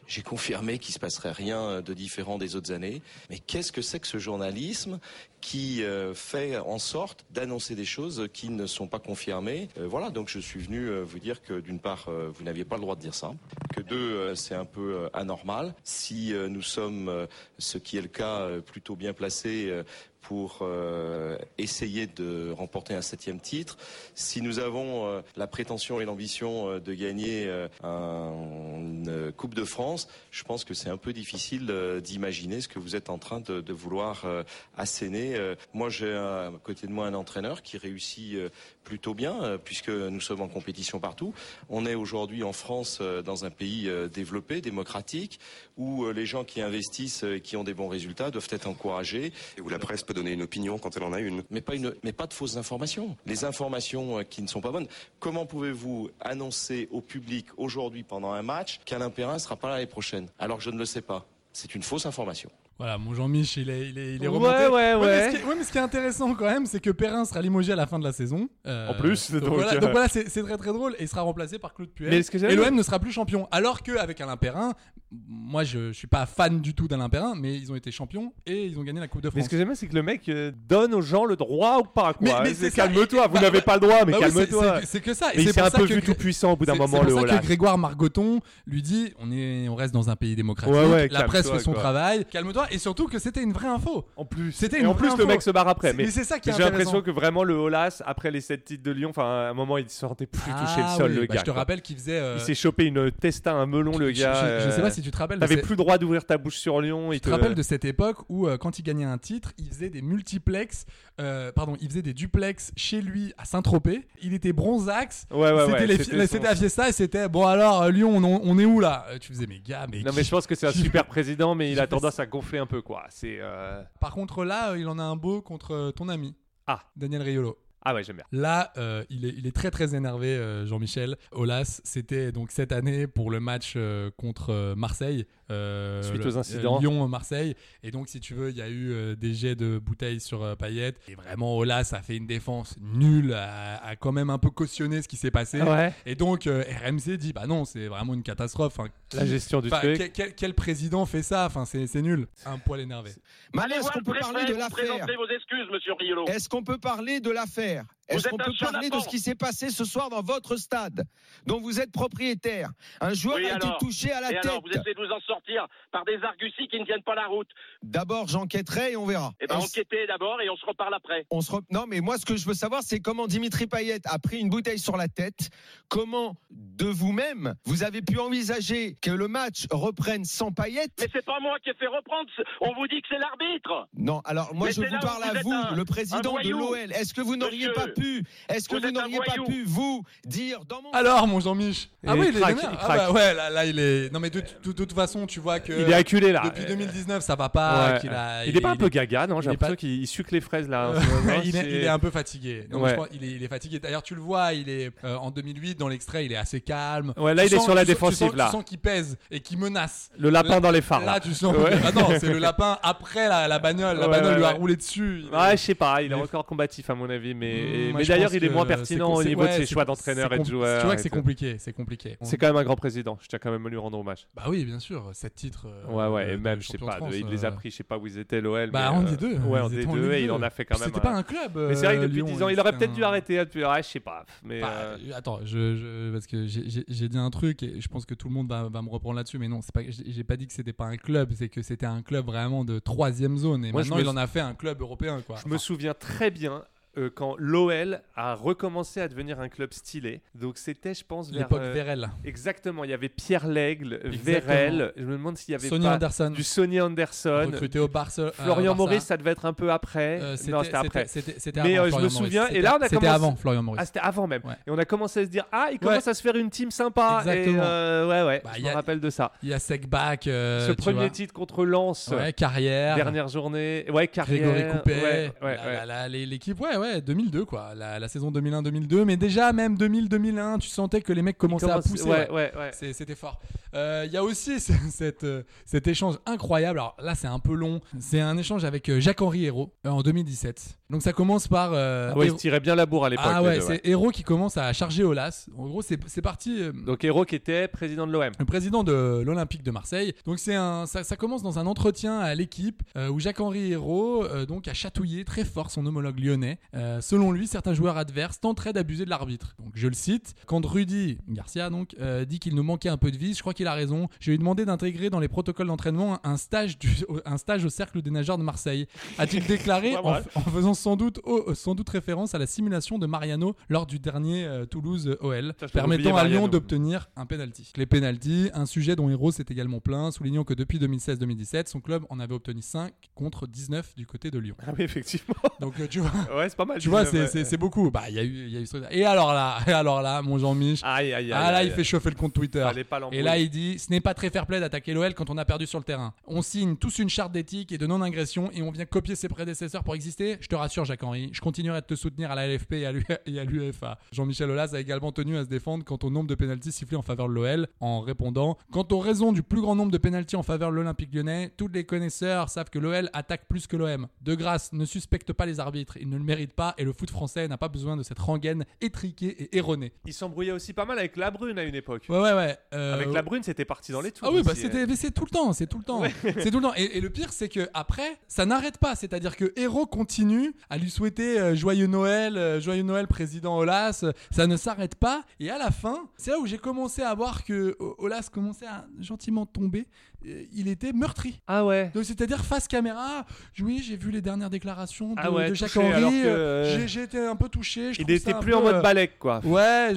[SPEAKER 13] J'ai confirmé qu'il se passerait rien euh, de différent des autres années. Mais qu'est-ce que c'est que ce journalisme qui euh, fait en sorte d'annoncer des choses qui ne sont pas confirmées Euh, Voilà, donc je suis venu euh, vous dire que d'une part, euh, vous n'aviez pas le droit de dire ça, que deux, euh, c'est un peu euh, anormal. Si euh, nous sommes, euh, ce qui est le cas, euh, plutôt bien placés. euh, pour euh, essayer de remporter un septième titre. Si nous avons euh, la prétention et l'ambition euh, de gagner euh, un- une Coupe de France, je pense que c'est un peu difficile euh, d'imaginer ce que vous êtes en train de, de vouloir euh, asséner. Euh, moi, j'ai à côté de moi un entraîneur qui réussit euh, plutôt bien, euh, puisque nous sommes en compétition partout. On est aujourd'hui en France euh, dans un pays euh, développé, démocratique, où euh, les gens qui investissent euh, et qui ont des bons résultats doivent être encouragés.
[SPEAKER 12] Et où la presse peut donner une opinion quand elle en a une
[SPEAKER 13] Mais pas, une, mais pas de fausses informations. Les informations euh, qui ne sont pas bonnes. Comment pouvez-vous annoncer au public aujourd'hui pendant un match qu'Alain Perrin sera pas là l'année prochaine Alors que je ne le sais pas. C'est une fausse information.
[SPEAKER 7] Voilà, mon Jean-Mich, il est, il est, il est
[SPEAKER 13] Ouais,
[SPEAKER 7] remonté.
[SPEAKER 13] ouais, ouais.
[SPEAKER 7] mais ce qui, est- ouais, mais ce qui est intéressant quand même, c'est que Perrin sera limogé à la fin de la saison. Euh,
[SPEAKER 8] En plus,
[SPEAKER 7] donc,
[SPEAKER 8] donc,
[SPEAKER 7] voilà,
[SPEAKER 8] euh,
[SPEAKER 7] donc voilà, c'est c'est très très drôle et il sera remplacé par Claude Puel.
[SPEAKER 8] Mais ce que j'aime-
[SPEAKER 7] et l'OM ne sera plus champion. Alors qu'avec Alain Perrin, moi je, je suis pas fan du tout d'Alain Perrin, mais ils ont été champions et ils ont gagné la Coupe de France.
[SPEAKER 8] Mais ce que j'aime bien, c'est que le mec euh, donne aux gens le droit ou pas, quoi.
[SPEAKER 7] Mais- mais c'est ça.
[SPEAKER 8] calme-toi,
[SPEAKER 7] Et-
[SPEAKER 8] vous
[SPEAKER 7] bah,
[SPEAKER 8] n'avez
[SPEAKER 7] bah,
[SPEAKER 8] pas le droit, Ah, mais
[SPEAKER 7] bah oui, c'est-
[SPEAKER 8] calme-toi.
[SPEAKER 7] c'est- C'est que ça. Et
[SPEAKER 8] Mais
[SPEAKER 7] c'est
[SPEAKER 8] il s'est
[SPEAKER 7] pour
[SPEAKER 8] un
[SPEAKER 7] ça
[SPEAKER 8] peu
[SPEAKER 7] que
[SPEAKER 8] vu
[SPEAKER 7] Gré-
[SPEAKER 8] tout puissant au bout d'un
[SPEAKER 7] c'est-
[SPEAKER 8] moment,
[SPEAKER 7] C'est
[SPEAKER 8] le
[SPEAKER 7] pour ça
[SPEAKER 8] Hollande.
[SPEAKER 7] que Grégoire Margoton lui dit on est, on reste dans un pays démocratique.
[SPEAKER 8] Ouais, ouais,
[SPEAKER 7] la presse
[SPEAKER 8] calme-toi,
[SPEAKER 7] fait son
[SPEAKER 8] quoi.
[SPEAKER 7] travail. Calme-toi. Et surtout que c'était une vraie info.
[SPEAKER 8] En plus.
[SPEAKER 7] C'était
[SPEAKER 8] Et
[SPEAKER 7] une
[SPEAKER 8] en
[SPEAKER 7] vraie
[SPEAKER 8] plus, le
[SPEAKER 7] info.
[SPEAKER 8] mec se barre après.
[SPEAKER 7] C'est- Mais c'est ça qui est
[SPEAKER 8] J'ai l'impression
[SPEAKER 7] intéressant.
[SPEAKER 8] que vraiment le Olas, après les 7 titres de Lyon, enfin, à un moment, il sortait plus toucher
[SPEAKER 7] Ah
[SPEAKER 8] le sol,
[SPEAKER 7] oui,
[SPEAKER 8] le
[SPEAKER 7] bah,
[SPEAKER 8] gars.
[SPEAKER 7] je te
[SPEAKER 8] quoi.
[SPEAKER 7] rappelle qu'il faisait, euh,
[SPEAKER 8] Il s'est chopé une testa, un melon, le
[SPEAKER 7] Je-
[SPEAKER 8] gars.
[SPEAKER 7] je- je sais
[SPEAKER 8] euh,
[SPEAKER 7] pas si tu te rappelles, mais
[SPEAKER 8] T'avais
[SPEAKER 7] c'est-
[SPEAKER 8] plus le droit d'ouvrir ta bouche sur Lyon.
[SPEAKER 7] Tu te rappelles de cette époque où, euh, quand il gagnait un titre, il faisait des multiplex, euh, pardon, il faisait des duplex chez lui à Saint-Tropez. Il était bronzax.
[SPEAKER 8] Ouais, ouais,
[SPEAKER 7] c'était
[SPEAKER 8] ouais,
[SPEAKER 7] les fi-
[SPEAKER 8] c'était
[SPEAKER 7] la-
[SPEAKER 8] son-
[SPEAKER 7] c'était la fiesta et c'était bon alors euh, Lyon, on, en- on est où là Euh, Tu faisais mais gars, mais.
[SPEAKER 8] Non,
[SPEAKER 7] qui-
[SPEAKER 8] mais je pense que c'est un
[SPEAKER 7] qui-
[SPEAKER 8] super président, mais il a
[SPEAKER 7] qui fait
[SPEAKER 8] tendance à gonfler un peu, quoi. C'est. euh,
[SPEAKER 7] Par contre là, euh, il en a un beau contre euh, ton ami.
[SPEAKER 8] Ah.
[SPEAKER 7] Daniel Riolo.
[SPEAKER 8] Ah ouais, j'aime bien.
[SPEAKER 7] Là, euh, il, est, il est très très énervé, euh, Jean-Michel. Olas, c'était donc cette année pour le match euh, contre euh, Marseille. euh,
[SPEAKER 8] Suite
[SPEAKER 7] le-
[SPEAKER 8] aux incidents.
[SPEAKER 7] euh, Lyon-Marseille. Et donc, si tu veux, il y a eu euh, des jets de bouteilles sur euh, Payet. Et vraiment, Olas a fait une défense nulle, a, a quand même un peu cautionné ce qui s'est passé.
[SPEAKER 8] Ah Ouais.
[SPEAKER 7] Et donc, euh, RMC dit bah non, c'est vraiment une catastrophe. Enfin,
[SPEAKER 8] La gestion du
[SPEAKER 7] enfin,
[SPEAKER 8] truc.
[SPEAKER 7] Quel, quel- quel président fait ça enfin, C'est c'est nul. Un poil énervé.
[SPEAKER 14] Mais est-ce qu'on peut
[SPEAKER 15] préfet,
[SPEAKER 14] parler de
[SPEAKER 15] vous
[SPEAKER 14] l'affaire
[SPEAKER 15] présentez vos excuses, monsieur Riolo.
[SPEAKER 14] Est-ce qu'on peut parler de l'affaire
[SPEAKER 15] Vous
[SPEAKER 14] Est-ce
[SPEAKER 15] êtes
[SPEAKER 14] qu'on
[SPEAKER 15] un
[SPEAKER 14] peut parler de
[SPEAKER 15] charlatan.
[SPEAKER 14] ce qui s'est passé ce soir dans votre stade, dont vous êtes propriétaire Un joueur
[SPEAKER 15] Oui,
[SPEAKER 14] a
[SPEAKER 15] alors.
[SPEAKER 14] été touché à la
[SPEAKER 15] et
[SPEAKER 14] tête.
[SPEAKER 15] Alors, vous essayez de vous en sortir par des argusies qui ne tiennent pas la route.
[SPEAKER 14] D'abord, j'enquêterai et on verra.
[SPEAKER 15] Eh ben,
[SPEAKER 14] Est-ce-
[SPEAKER 15] enquêtez d'abord et on se reparle après.
[SPEAKER 14] on se re- Non, mais moi, ce que je veux savoir, c'est comment Dimitri Payet a pris une bouteille sur la tête. Comment, de vous-même, vous avez pu envisager que le match reprenne sans Payet
[SPEAKER 15] Mais c'est pas moi qui ai fait reprendre. c'est- On vous dit que c'est l'arbitre.
[SPEAKER 14] Non, alors moi
[SPEAKER 15] Mais
[SPEAKER 14] je
[SPEAKER 15] c'est
[SPEAKER 14] vous
[SPEAKER 15] là où
[SPEAKER 14] parle à
[SPEAKER 15] êtes
[SPEAKER 14] vous,
[SPEAKER 15] un-
[SPEAKER 14] le
[SPEAKER 15] un
[SPEAKER 14] président de
[SPEAKER 15] voyou.
[SPEAKER 14] l'OL. Est-ce que vous n'auriez
[SPEAKER 15] Monsieur,
[SPEAKER 14] pas pu, est-ce que vous,
[SPEAKER 15] êtes un
[SPEAKER 14] n'auriez pas
[SPEAKER 15] voyou.
[SPEAKER 14] pu vous dire dans mon
[SPEAKER 7] Alors, mon Jean-Mich. Ah
[SPEAKER 8] Et
[SPEAKER 7] oui,
[SPEAKER 8] il
[SPEAKER 7] il est
[SPEAKER 8] craque,
[SPEAKER 7] vénère.
[SPEAKER 8] il
[SPEAKER 7] Ah
[SPEAKER 8] craque.
[SPEAKER 7] bah ouais, là, là, il est. Non, mais de, de- de toute façon, tu vois que.
[SPEAKER 8] Il est acculé, là.
[SPEAKER 7] Depuis
[SPEAKER 8] Euh,
[SPEAKER 7] 2019, ça va pas.
[SPEAKER 8] Ouais.
[SPEAKER 7] Ah, qu'il a-
[SPEAKER 8] il est pas un peu gaga, non J'ai
[SPEAKER 7] il est pas-
[SPEAKER 8] l'impression qu'il il suce les fraises là. en
[SPEAKER 7] Euh,
[SPEAKER 8] ce moment,
[SPEAKER 7] il, est,
[SPEAKER 8] c'est-
[SPEAKER 7] il est un peu fatigué. Non, mais
[SPEAKER 8] Ouais.
[SPEAKER 7] je crois- il, est, il est fatigué. D'ailleurs, tu le vois, il est euh, en 2008 dans l'extrait, il est assez calme.
[SPEAKER 8] Ouais, là,
[SPEAKER 7] Tu
[SPEAKER 8] il est
[SPEAKER 7] sens-
[SPEAKER 8] sur la
[SPEAKER 7] tu sens- tu sens-
[SPEAKER 8] défensive, là.
[SPEAKER 7] Tu sens qu'il pèse et qu'il menace.
[SPEAKER 8] Le lapin
[SPEAKER 7] Là-
[SPEAKER 8] dans les phares,
[SPEAKER 7] Là,
[SPEAKER 8] là.
[SPEAKER 7] tu sens.
[SPEAKER 8] Ouais.
[SPEAKER 7] Ah non, c'est le lapin après la, la bagnole. La
[SPEAKER 8] Ouais,
[SPEAKER 7] bagnole
[SPEAKER 8] ouais,
[SPEAKER 7] lui a
[SPEAKER 8] ouais.
[SPEAKER 7] roulé dessus.
[SPEAKER 8] Ouais, je sais pas, il est
[SPEAKER 7] Mais-
[SPEAKER 8] encore combatif à mon avis, mais,
[SPEAKER 7] Mmh, moi,
[SPEAKER 8] mais
[SPEAKER 7] je
[SPEAKER 8] d'ailleurs
[SPEAKER 7] pense
[SPEAKER 8] il est
[SPEAKER 7] que
[SPEAKER 8] moins
[SPEAKER 7] c'est-
[SPEAKER 8] pertinent au
[SPEAKER 7] c'est-
[SPEAKER 8] niveau
[SPEAKER 7] ouais,
[SPEAKER 8] de ses
[SPEAKER 7] c'est-
[SPEAKER 8] choix
[SPEAKER 7] c'est
[SPEAKER 8] d'entraîneur et de
[SPEAKER 7] compli-
[SPEAKER 8] joueurs.
[SPEAKER 7] tu vois
[SPEAKER 8] et
[SPEAKER 7] que c'est
[SPEAKER 8] tout.
[SPEAKER 7] compliqué, c'est compliqué.
[SPEAKER 8] C'est quand même un grand président, je tiens quand même à lui rendre hommage.
[SPEAKER 7] Bah oui, bien sûr, sept titres. euh,
[SPEAKER 8] Ouais, ouais,
[SPEAKER 7] de-
[SPEAKER 8] et
[SPEAKER 7] de
[SPEAKER 8] même, je sais
[SPEAKER 7] champion de
[SPEAKER 8] pas,
[SPEAKER 7] France,
[SPEAKER 8] de- il les a
[SPEAKER 7] euh,
[SPEAKER 8] pris, je sais pas où ils étaient, l'OL.
[SPEAKER 7] Bah,
[SPEAKER 8] mais,
[SPEAKER 7] en
[SPEAKER 8] euh,
[SPEAKER 7] D2,
[SPEAKER 8] Ouais,
[SPEAKER 7] ils
[SPEAKER 8] en
[SPEAKER 7] étaient
[SPEAKER 8] D2,
[SPEAKER 7] en
[SPEAKER 8] et
[SPEAKER 7] Ligue
[SPEAKER 8] il en
[SPEAKER 7] 2.
[SPEAKER 8] a fait quand
[SPEAKER 7] Puis
[SPEAKER 8] même.
[SPEAKER 7] c'était pas un club,
[SPEAKER 8] Mais c'est vrai que
[SPEAKER 7] euh,
[SPEAKER 8] depuis
[SPEAKER 7] Lyon,
[SPEAKER 8] 10 ans, il aurait
[SPEAKER 7] c'était
[SPEAKER 8] peut-être
[SPEAKER 7] un-
[SPEAKER 8] dû arrêter, là, depuis, ouais, je sais pas. Mais euh,
[SPEAKER 7] Euh, Attends, je, je- parce que j'ai- j'ai j'ai dit un truc et je pense que tout le monde va, va me reprendre là-dessus, mais non, c'est pas, j'ai j'ai pas dit que c'était pas un club, c'est que c'était un club vraiment de troisième zone. Et
[SPEAKER 8] Moi, je
[SPEAKER 7] maintenant,
[SPEAKER 8] me
[SPEAKER 7] il en
[SPEAKER 8] sou-
[SPEAKER 7] a fait un club européen, quoi.
[SPEAKER 8] Je me souviens très bien euh, quand l'OL a recommencé à devenir un club stylé. Donc c'était, je pense, vers, euh,
[SPEAKER 7] L'époque Vérel.
[SPEAKER 8] Exactement. Il y avait Pierre L'Aigle,
[SPEAKER 7] Exactement.
[SPEAKER 8] Vérel. Je me demande s'il y avait
[SPEAKER 7] Sonny
[SPEAKER 8] pas
[SPEAKER 7] Anderson.
[SPEAKER 8] du Sonny Anderson.
[SPEAKER 7] Recruté au Barce- à
[SPEAKER 8] Florian
[SPEAKER 7] Barça.
[SPEAKER 8] Maurice, ça devait être un peu après.
[SPEAKER 7] Euh, c'était-
[SPEAKER 8] non, c'était
[SPEAKER 7] c'était-
[SPEAKER 8] après.
[SPEAKER 7] c'était- c'était
[SPEAKER 8] Mais
[SPEAKER 7] avant
[SPEAKER 8] euh, je
[SPEAKER 7] Florian
[SPEAKER 8] me
[SPEAKER 7] Maurice.
[SPEAKER 8] souviens. Et
[SPEAKER 7] C'était-
[SPEAKER 8] là, on a
[SPEAKER 7] c'était
[SPEAKER 8] commencé.
[SPEAKER 7] avant Florian Maurice.
[SPEAKER 8] Ah, c'était avant même.
[SPEAKER 7] Ouais.
[SPEAKER 8] Et on a commencé à se dire ah, il commence à se faire une team sympa. Et,
[SPEAKER 7] Exactement.
[SPEAKER 8] euh, ouais, ouais.
[SPEAKER 7] Bah,
[SPEAKER 8] je
[SPEAKER 7] il
[SPEAKER 8] me
[SPEAKER 7] y a-
[SPEAKER 8] rappelle de ça.
[SPEAKER 7] Il y a Secback. euh,
[SPEAKER 8] Ce
[SPEAKER 7] tu
[SPEAKER 8] premier
[SPEAKER 7] vois.
[SPEAKER 8] titre contre Lens.
[SPEAKER 7] Ouais, carrière.
[SPEAKER 8] Dernière journée. Ouais, carrière.
[SPEAKER 7] Grégory Coupet,
[SPEAKER 8] Ouais, ouais,
[SPEAKER 7] la-
[SPEAKER 8] ouais.
[SPEAKER 7] la- la- les- l'équipe, ouais, ouais, 2002 quoi, la, la saison 2001-2002, mais déjà même 2000-2001, tu sentais que les mecs commençaient à
[SPEAKER 8] commençaient-
[SPEAKER 7] pousser.
[SPEAKER 8] ouais, ouais, ouais.
[SPEAKER 7] C'est- C'était fort. Euh, Il y a aussi ce- cette, euh, cet échange incroyable. Alors là, c'est un peu long. C'est un échange avec euh, Jacques-Henri Hérault euh, en 2017. Donc ça commence par. euh,
[SPEAKER 8] Ah ouais, il
[SPEAKER 7] Hérault-
[SPEAKER 8] se tirait bien la bourre à l'époque.
[SPEAKER 7] Ah
[SPEAKER 8] les
[SPEAKER 7] ouais,
[SPEAKER 8] deux,
[SPEAKER 7] c'est Hérault qui commence à charger Olas. En gros, c'est c'est parti. euh,
[SPEAKER 8] Donc Héro qui était président de l'OM.
[SPEAKER 7] le président de l'Olympique de Marseille. Donc c'est un, ça, ça commence dans un entretien à l'équipe euh, où Jacques-Henri Hérault euh, donc a chatouillé très fort son homologue lyonnais. Euh, selon lui, certains joueurs adverses tenteraient d'abuser de l'arbitre. Donc je le cite quand Rudy Garcia donc euh, dit qu'il nous manquait un peu de vis, je crois qu'il a raison. Je lui ai demandé d'intégrer dans les protocoles d'entraînement un stage du, un stage au cercle des nageurs de Marseille. A-t-il déclaré
[SPEAKER 8] Pas
[SPEAKER 7] en,
[SPEAKER 8] mal.
[SPEAKER 7] en faisant sans doute oh, sans doute référence à la simulation de Mariano lors du dernier euh, Toulouse OL,
[SPEAKER 8] Putain, je l'avais oublié,
[SPEAKER 7] permettant à Lyon
[SPEAKER 8] Mariano.
[SPEAKER 7] de obtenir un penalty. Les penalties, un sujet dont Héros s'est également plaint, soulignant que depuis 2016-2017, son club en avait obtuni 5 contre 19 du côté de Lyon.
[SPEAKER 8] Ah oui, effectivement.
[SPEAKER 7] Donc euh, tu vois,
[SPEAKER 8] Ouais, c'est pas mal.
[SPEAKER 7] Tu vois,
[SPEAKER 8] quand même,
[SPEAKER 7] c'est-
[SPEAKER 8] ouais.
[SPEAKER 7] c'est c'est beaucoup. Bah, il y a eu, il y a eu ce truc-là. Et alors là, et alors là, mon Jean-Mich.
[SPEAKER 8] Aïe, aïe, aïe,
[SPEAKER 7] Ah là,
[SPEAKER 8] aïe,
[SPEAKER 7] il
[SPEAKER 8] aïe.
[SPEAKER 7] fait chauffer le compte Twitter.
[SPEAKER 8] Fallait pas l'embrouiller.
[SPEAKER 7] et là, il dit ce n'est pas très fair play d'attaquer l'OL quand on a perdu sur le terrain. On signe tous une charte d'éthique et de non-ingression et on vient copier ses prédécesseurs pour exister. Je te rassure, Jacques-Henri, je continuerai de te soutenir à la LFP et à l'U- et à l'UEFA. Jean-Michel Aulas a également tenu à se défendre quant au nombre de pénalties sifflés en faveur de l'OL en répondant Quant aux raisons du plus grand nombre de pénalties en faveur de l'Olympique lyonnais, tous les connaisseurs savent que l'OL attaque plus que l'OM. De grâce, ne suspecte pas les arbitres, ils ne le méritent pas et le foot français n'a pas besoin de cette rengaine étriquée et erronée.
[SPEAKER 8] Il s'embrouillait aussi pas mal avec la brune à une époque.
[SPEAKER 7] Ouais, ouais, ouais. euh,
[SPEAKER 8] Avec la brune, c'était parti dans les tours.
[SPEAKER 7] ah oui, bah
[SPEAKER 8] aussi,
[SPEAKER 7] c'était,
[SPEAKER 8] euh.
[SPEAKER 7] mais c'est tout le temps, c'est tout le temps,
[SPEAKER 8] Ouais.
[SPEAKER 7] c'est tout le temps. Et, et le pire, c'est que après, ça n'arrête pas. C'est-à-dire que Héro continue à lui souhaiter euh, joyeux Noël, euh, joyeux Noël, président Olas. Ça ne s'arrête pas. Et à la fin, c'est là où j'ai commencé à voir que O- Olas commençait à gentiment tomber. Euh, Il était meurtri.
[SPEAKER 8] Ah ouais.
[SPEAKER 7] Donc c'est-à-dire face caméra. Oui, j'ai vu les dernières déclarations de,
[SPEAKER 8] Ah ouais,
[SPEAKER 7] de
[SPEAKER 8] touché,
[SPEAKER 7] Jacques Henry.
[SPEAKER 8] alors que,
[SPEAKER 7] euh,
[SPEAKER 8] euh,
[SPEAKER 7] j'ai, j'ai été un peu touché. je
[SPEAKER 8] Il
[SPEAKER 7] trouve
[SPEAKER 8] était
[SPEAKER 7] ça un
[SPEAKER 8] plus
[SPEAKER 7] peu,
[SPEAKER 8] en mode
[SPEAKER 7] euh,
[SPEAKER 8] balèque, quoi.
[SPEAKER 7] Ouais.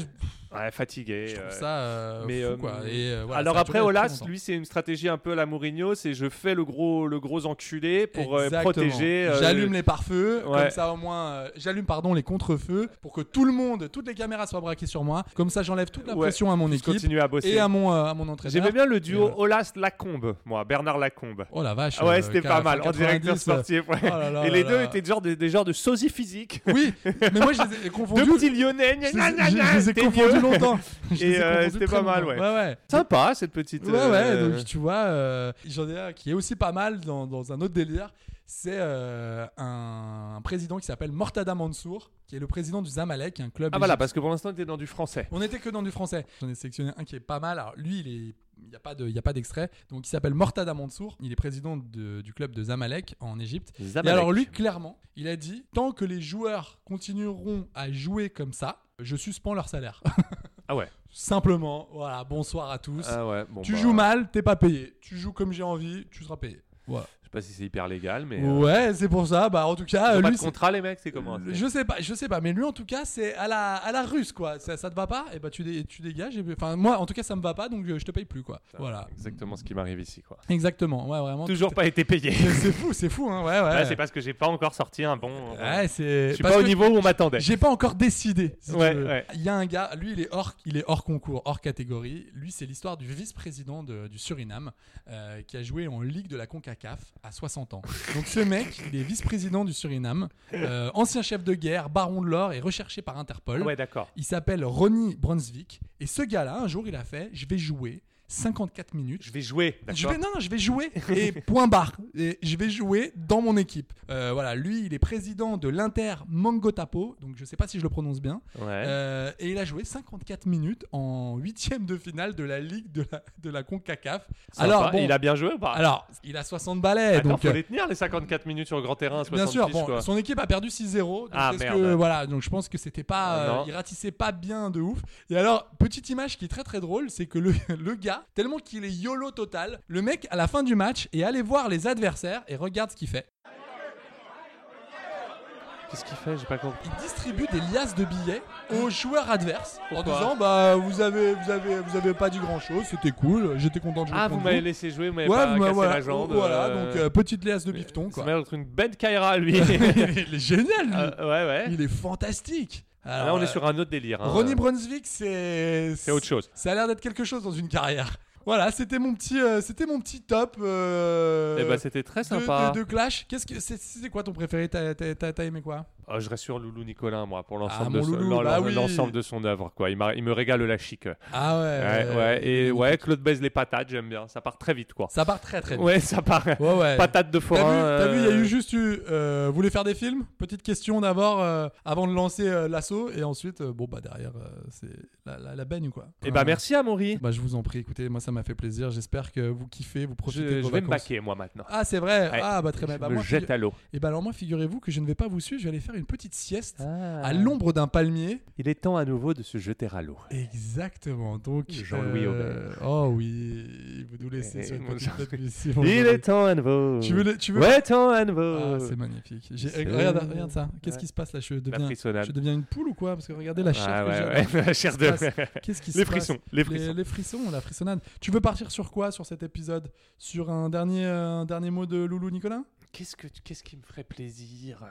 [SPEAKER 8] Ouais, fatigué. Je trouve
[SPEAKER 7] ça, euh, fou, quoi. Et, euh,
[SPEAKER 8] alors
[SPEAKER 7] voilà, ça a duré
[SPEAKER 8] après,
[SPEAKER 7] très
[SPEAKER 8] Olas,
[SPEAKER 7] longtemps.
[SPEAKER 8] lui, c'est une stratégie un peu à la Mourinho, c'est je fais le gros, le gros enculé pour euh,
[SPEAKER 7] Exactement.
[SPEAKER 8] protéger. euh,
[SPEAKER 7] J'allume les pare-feux,
[SPEAKER 8] ouais.
[SPEAKER 7] comme ça au moins. euh, J'allume, pardon, les contre-feux pour que tout le monde, toutes les caméras soient braquées sur moi. Comme ça, j'enlève toute la
[SPEAKER 8] Ouais.
[SPEAKER 7] pression à mon
[SPEAKER 8] Je
[SPEAKER 7] équipe
[SPEAKER 8] continue à bosser.
[SPEAKER 7] et à mon, euh, à mon entraîneur.
[SPEAKER 8] J'aimais bien
[SPEAKER 7] Et
[SPEAKER 8] le duo
[SPEAKER 7] voilà.
[SPEAKER 8] Olas Lacombe, moi, Bernard Lacombe.
[SPEAKER 7] Oh la vache,
[SPEAKER 8] Ah ouais,
[SPEAKER 7] euh,
[SPEAKER 8] c'était
[SPEAKER 7] qu'à
[SPEAKER 8] pas
[SPEAKER 7] la
[SPEAKER 8] mal
[SPEAKER 7] fin
[SPEAKER 8] en directeur
[SPEAKER 7] 90, euh,
[SPEAKER 8] sportif. ouais.
[SPEAKER 7] oh là là
[SPEAKER 8] Et les
[SPEAKER 7] là
[SPEAKER 8] deux
[SPEAKER 7] là.
[SPEAKER 8] étaient des genres de, des genres de sosies physiques.
[SPEAKER 7] Oui, mais moi je les ai confondus.
[SPEAKER 8] Deux petits lyonnais,
[SPEAKER 7] Je les ai-
[SPEAKER 8] gna, gna,
[SPEAKER 7] je-
[SPEAKER 8] gna,
[SPEAKER 7] je les ai
[SPEAKER 8] t'es
[SPEAKER 7] confondus
[SPEAKER 8] vieux.
[SPEAKER 7] longtemps. Je les ai
[SPEAKER 8] Et euh,
[SPEAKER 7] confondus
[SPEAKER 8] c'était
[SPEAKER 7] très
[SPEAKER 8] pas mal, ouais.
[SPEAKER 7] longtemps. Ouais, ouais.
[SPEAKER 8] Sympa cette petite.
[SPEAKER 7] Ouais,
[SPEAKER 8] euh,
[SPEAKER 7] ouais, donc tu vois, euh, j'en ai un qui est aussi pas mal dans, dans un autre délire. C'est euh, un, un président qui s'appelle Mortada Mansour, qui est le président du Zamalek, un club.
[SPEAKER 8] Ah voilà,
[SPEAKER 7] égyptien.
[SPEAKER 8] parce que pour l'instant, t'es dans du français.
[SPEAKER 7] On n'était que dans du français. J'en ai sélectionné un qui est pas mal. Alors lui, il est il n'y a pas de- il y a pas d'extrait. Donc il s'appelle Mortada Mansour. Il est président de- du club de Zamalek en Égypte.
[SPEAKER 8] Zamalek.
[SPEAKER 7] Et alors lui, clairement, il a dit tant que les joueurs continueront à jouer comme ça, je suspends leur salaire.
[SPEAKER 8] Ah ouais.
[SPEAKER 7] Simplement, voilà, bonsoir à tous.
[SPEAKER 8] Ah ouais, bon,
[SPEAKER 7] tu
[SPEAKER 8] bah.
[SPEAKER 7] joues mal, t'es pas payé. Tu joues comme j'ai envie, tu seras payé. Voilà.
[SPEAKER 8] Je sais pas si c'est hyper légal, mais. euh,
[SPEAKER 7] Ouais, c'est pour ça. Bah, en tout
[SPEAKER 8] ils
[SPEAKER 7] cas,
[SPEAKER 8] ont
[SPEAKER 7] euh,
[SPEAKER 8] pas
[SPEAKER 7] lui,
[SPEAKER 8] de contrat, les mecs, c'est comment
[SPEAKER 7] c'est-
[SPEAKER 8] c'est-
[SPEAKER 7] je sais pas, je sais pas, mais lui en tout cas, c'est à la, à la russe quoi. Ça, ça te va pas Et bah, tu, dé- tu dégages. et- Enfin, moi en tout cas, ça me va pas donc euh, je te paye plus quoi. Voilà.
[SPEAKER 8] Exactement ce qui m'arrive ici, quoi.
[SPEAKER 7] Exactement, ouais, vraiment.
[SPEAKER 8] Toujours
[SPEAKER 7] tout-
[SPEAKER 8] pas été payé.
[SPEAKER 7] C'est fou, c'est fou, hein, ouais, ouais.
[SPEAKER 8] Ouais, c'est parce que j'ai pas encore sorti un bon. euh,
[SPEAKER 7] Ouais, c'est.
[SPEAKER 8] Je suis
[SPEAKER 7] parce
[SPEAKER 8] pas au
[SPEAKER 7] que
[SPEAKER 8] niveau où on m'attendait.
[SPEAKER 7] J'ai pas encore décidé. si tu
[SPEAKER 8] Ouais,
[SPEAKER 7] veux.
[SPEAKER 8] ouais.
[SPEAKER 7] Il y a un gars, lui, il est hors, il est hors concours, hors catégorie. Lui, c'est l'histoire du vice-président de- du Suriname euh, qui a joué en Ligue de la Concacaf à 60 ans. Donc ce mec, il est vice-président du Suriname, euh, ancien chef de guerre, baron de l'or et recherché par Interpol.
[SPEAKER 8] Ah Ouais, d'accord.
[SPEAKER 7] Il s'appelle Ronnie Brunswick et ce gars-là, un jour, il a fait, je vais jouer. 54 minutes.
[SPEAKER 8] Je vais jouer. d'accord.
[SPEAKER 7] Je vais, non, non, je vais jouer et point barre. Et je vais jouer dans mon équipe. Euh, voilà, lui, il est président de l'Inter Mangotapo, donc je sais pas si je le prononce bien.
[SPEAKER 8] Ouais.
[SPEAKER 7] Euh, et il a joué 54 minutes en huitième de finale de la Ligue de la, de la CONCACAF.
[SPEAKER 8] Sympa. Il a bien joué ou pas
[SPEAKER 7] Alors, il a 60 balais.
[SPEAKER 8] Attends,
[SPEAKER 7] donc,
[SPEAKER 8] faut
[SPEAKER 7] euh,
[SPEAKER 8] les tenir les 54 minutes sur le grand terrain. 60
[SPEAKER 7] Bien sûr,
[SPEAKER 8] piges,
[SPEAKER 7] bon,
[SPEAKER 8] quoi.
[SPEAKER 7] son équipe a perdu 6-0. donc
[SPEAKER 8] Ah,
[SPEAKER 7] est-ce
[SPEAKER 8] merde.
[SPEAKER 7] que- voilà, donc je pense que c'était pas,
[SPEAKER 8] Ah,
[SPEAKER 7] euh,
[SPEAKER 8] non.
[SPEAKER 7] il ratissait pas bien de ouf. Et alors, petite image qui est très très drôle, c'est que le, le gars, tellement qu'il est yolo total, le mec à la fin du match est allé voir les adversaires et regarde ce qu'il fait.
[SPEAKER 8] Qu'est-ce qu'il fait J'ai pas compris.
[SPEAKER 7] Il distribue des liasses de billets aux joueurs adverses
[SPEAKER 8] Pourquoi
[SPEAKER 7] en disant bah vous avez vous avez vous avez pas dit grand chose, c'était cool, j'étais content de jouer
[SPEAKER 8] Ah, vous
[SPEAKER 7] contre
[SPEAKER 8] m'avez laissé jouer, vous m'avez
[SPEAKER 7] Ouais,
[SPEAKER 8] pas
[SPEAKER 7] vous m'avez-
[SPEAKER 8] cassé
[SPEAKER 7] voilà,
[SPEAKER 8] la jambe.
[SPEAKER 7] Voilà,
[SPEAKER 8] euh,
[SPEAKER 7] donc euh, petite liasse de bifton
[SPEAKER 8] Ça
[SPEAKER 7] quoi.
[SPEAKER 8] m'a l'air d'être une belle Kyra, lui. Ah,
[SPEAKER 7] il est génial, lui.
[SPEAKER 8] ouais, ouais.
[SPEAKER 7] Il est fantastique. Alors,
[SPEAKER 8] Là, on
[SPEAKER 7] euh,
[SPEAKER 8] est sur un autre délire. hein.
[SPEAKER 7] Ronnie Brunswick, c'est.
[SPEAKER 8] C'est autre chose.
[SPEAKER 7] Ça a l'air d'être quelque chose dans une carrière. Voilà, c'était mon petit, euh, c'était mon petit top. euh,
[SPEAKER 8] Eh ben, c'était très
[SPEAKER 7] de-
[SPEAKER 8] sympa.
[SPEAKER 7] De, de Clash. Qu'est-ce que c'est, c'est quoi ton préféré T'as, t'as- t'as- t'as aimé quoi
[SPEAKER 8] Ah, je reste sur Loulou Nicolas, moi, pour l'ensemble
[SPEAKER 7] Ah,
[SPEAKER 8] de,
[SPEAKER 7] mon
[SPEAKER 8] son-
[SPEAKER 7] loulou,
[SPEAKER 8] l'en-
[SPEAKER 7] bah
[SPEAKER 8] l'en-
[SPEAKER 7] oui.
[SPEAKER 8] l'ensemble de son œuvre. Quoi. Il, m'a- il me régale la chic.
[SPEAKER 7] Ah ouais,
[SPEAKER 8] ouais,
[SPEAKER 7] ouais,
[SPEAKER 8] ouais. Et ouais, Claude baise les patates, j'aime bien. Ça part très vite, quoi.
[SPEAKER 7] Ça part très très. vite.
[SPEAKER 8] Ouais, ça part.
[SPEAKER 7] Ouais, ouais.
[SPEAKER 8] Patate de forain.
[SPEAKER 7] T'as vu, t'as vu, il y a
[SPEAKER 8] euh,
[SPEAKER 7] eu juste eu. euh, voulez faire des films Petite question d'abord euh, avant de lancer euh, l'assaut et ensuite euh, bon bah derrière euh, c'est la, la, la baigne quoi.
[SPEAKER 8] Eh ben, merci, Amaury.
[SPEAKER 7] Bah je vous en prie. Écoutez, moi ça m'a fait plaisir. J'espère que vous kiffez, vous profitez.
[SPEAKER 8] Je,
[SPEAKER 7] de vos
[SPEAKER 8] je vais me
[SPEAKER 7] vacances.
[SPEAKER 8] baquer, moi, maintenant.
[SPEAKER 7] Ah, c'est vrai.
[SPEAKER 8] Ouais.
[SPEAKER 7] Ah, bah très bien.
[SPEAKER 8] Je
[SPEAKER 7] Bah,
[SPEAKER 8] me
[SPEAKER 7] moi,
[SPEAKER 8] jette à l'eau.
[SPEAKER 7] Et bah alors, moi, figurez-vous que je ne vais pas vous suivre. Je vais aller faire une petite sieste Ah.
[SPEAKER 8] Ah.
[SPEAKER 7] à l'ombre d'un palmier.
[SPEAKER 8] Il est temps à nouveau de se jeter à l'eau.
[SPEAKER 7] Exactement. Donc,
[SPEAKER 8] Jean-Louis
[SPEAKER 7] euh, Oh oui, vous nous laissez
[SPEAKER 8] Eh,
[SPEAKER 7] sur une
[SPEAKER 8] mon
[SPEAKER 7] petite
[SPEAKER 8] Jean-Louis.
[SPEAKER 7] note musique. Bon,
[SPEAKER 8] Il
[SPEAKER 7] Jean-Louis.
[SPEAKER 8] est temps à nouveau.
[SPEAKER 7] Tu veux, le- tu veux
[SPEAKER 8] Ouais, temps à nouveau.
[SPEAKER 7] Ah, c'est magnifique. J'ai-
[SPEAKER 8] C'est-
[SPEAKER 7] Regarde, regarde ça. Qu'est-ce
[SPEAKER 8] Ouais.
[SPEAKER 7] qui se passe là Je
[SPEAKER 8] La
[SPEAKER 7] deviens,
[SPEAKER 8] frissonnade.
[SPEAKER 7] je deviens une poule ou quoi Parce que regardez la chair.
[SPEAKER 8] Ah,
[SPEAKER 7] que
[SPEAKER 8] ouais,
[SPEAKER 7] j'ai.
[SPEAKER 8] ouais, la
[SPEAKER 7] Qu'est-ce
[SPEAKER 8] chair
[SPEAKER 7] qui
[SPEAKER 8] de-
[SPEAKER 7] se passe Qu'est-ce qui se
[SPEAKER 8] Les
[SPEAKER 7] passe
[SPEAKER 8] frissons, les frissons.
[SPEAKER 7] Les frissons, la frissonnade. Tu veux partir sur quoi sur cet épisode Sur un euh, dernier, un dernier mot de Loulou Nicolas
[SPEAKER 8] Qu'est-ce, que, qu'est-ce qui me ferait plaisir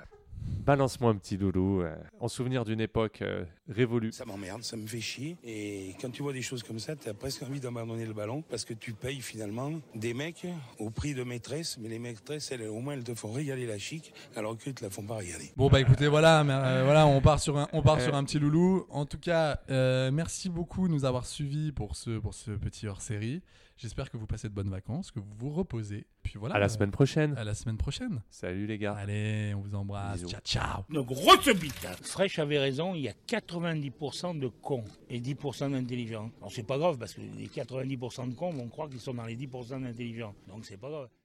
[SPEAKER 8] Balance-moi un petit loulou, euh, en souvenir d'une époque euh, révolue.
[SPEAKER 13] Ça m'emmerde, ça me fait chier. Et quand tu vois des choses comme ça, t'as presque envie d'abandonner le ballon parce que tu payes finalement des mecs au prix de maîtresse, mais les maîtresses, elles, au moins, elles te font régaler la chic, alors que te la font pas régaler.
[SPEAKER 7] Bon bah écoutez voilà mais, euh, voilà on part sur un on part sur un petit loulou. En tout cas euh, merci beaucoup de nous avoir suivis pour ce pour ce petit hors série. J'espère que vous passez de bonnes vacances, que vous vous reposez. Puis voilà.
[SPEAKER 8] À la semaine prochaine.
[SPEAKER 7] À la semaine prochaine.
[SPEAKER 8] Salut les gars.
[SPEAKER 7] Allez on vous embrasse. Ciao ciao.
[SPEAKER 16] Une grosse bite. Fresh avait raison, il y a 90% de cons et 10% d'intelligents. Alors c'est pas grave parce que les 90% de cons vont croire qu'ils sont dans les 10% d'intelligents. Donc c'est pas grave.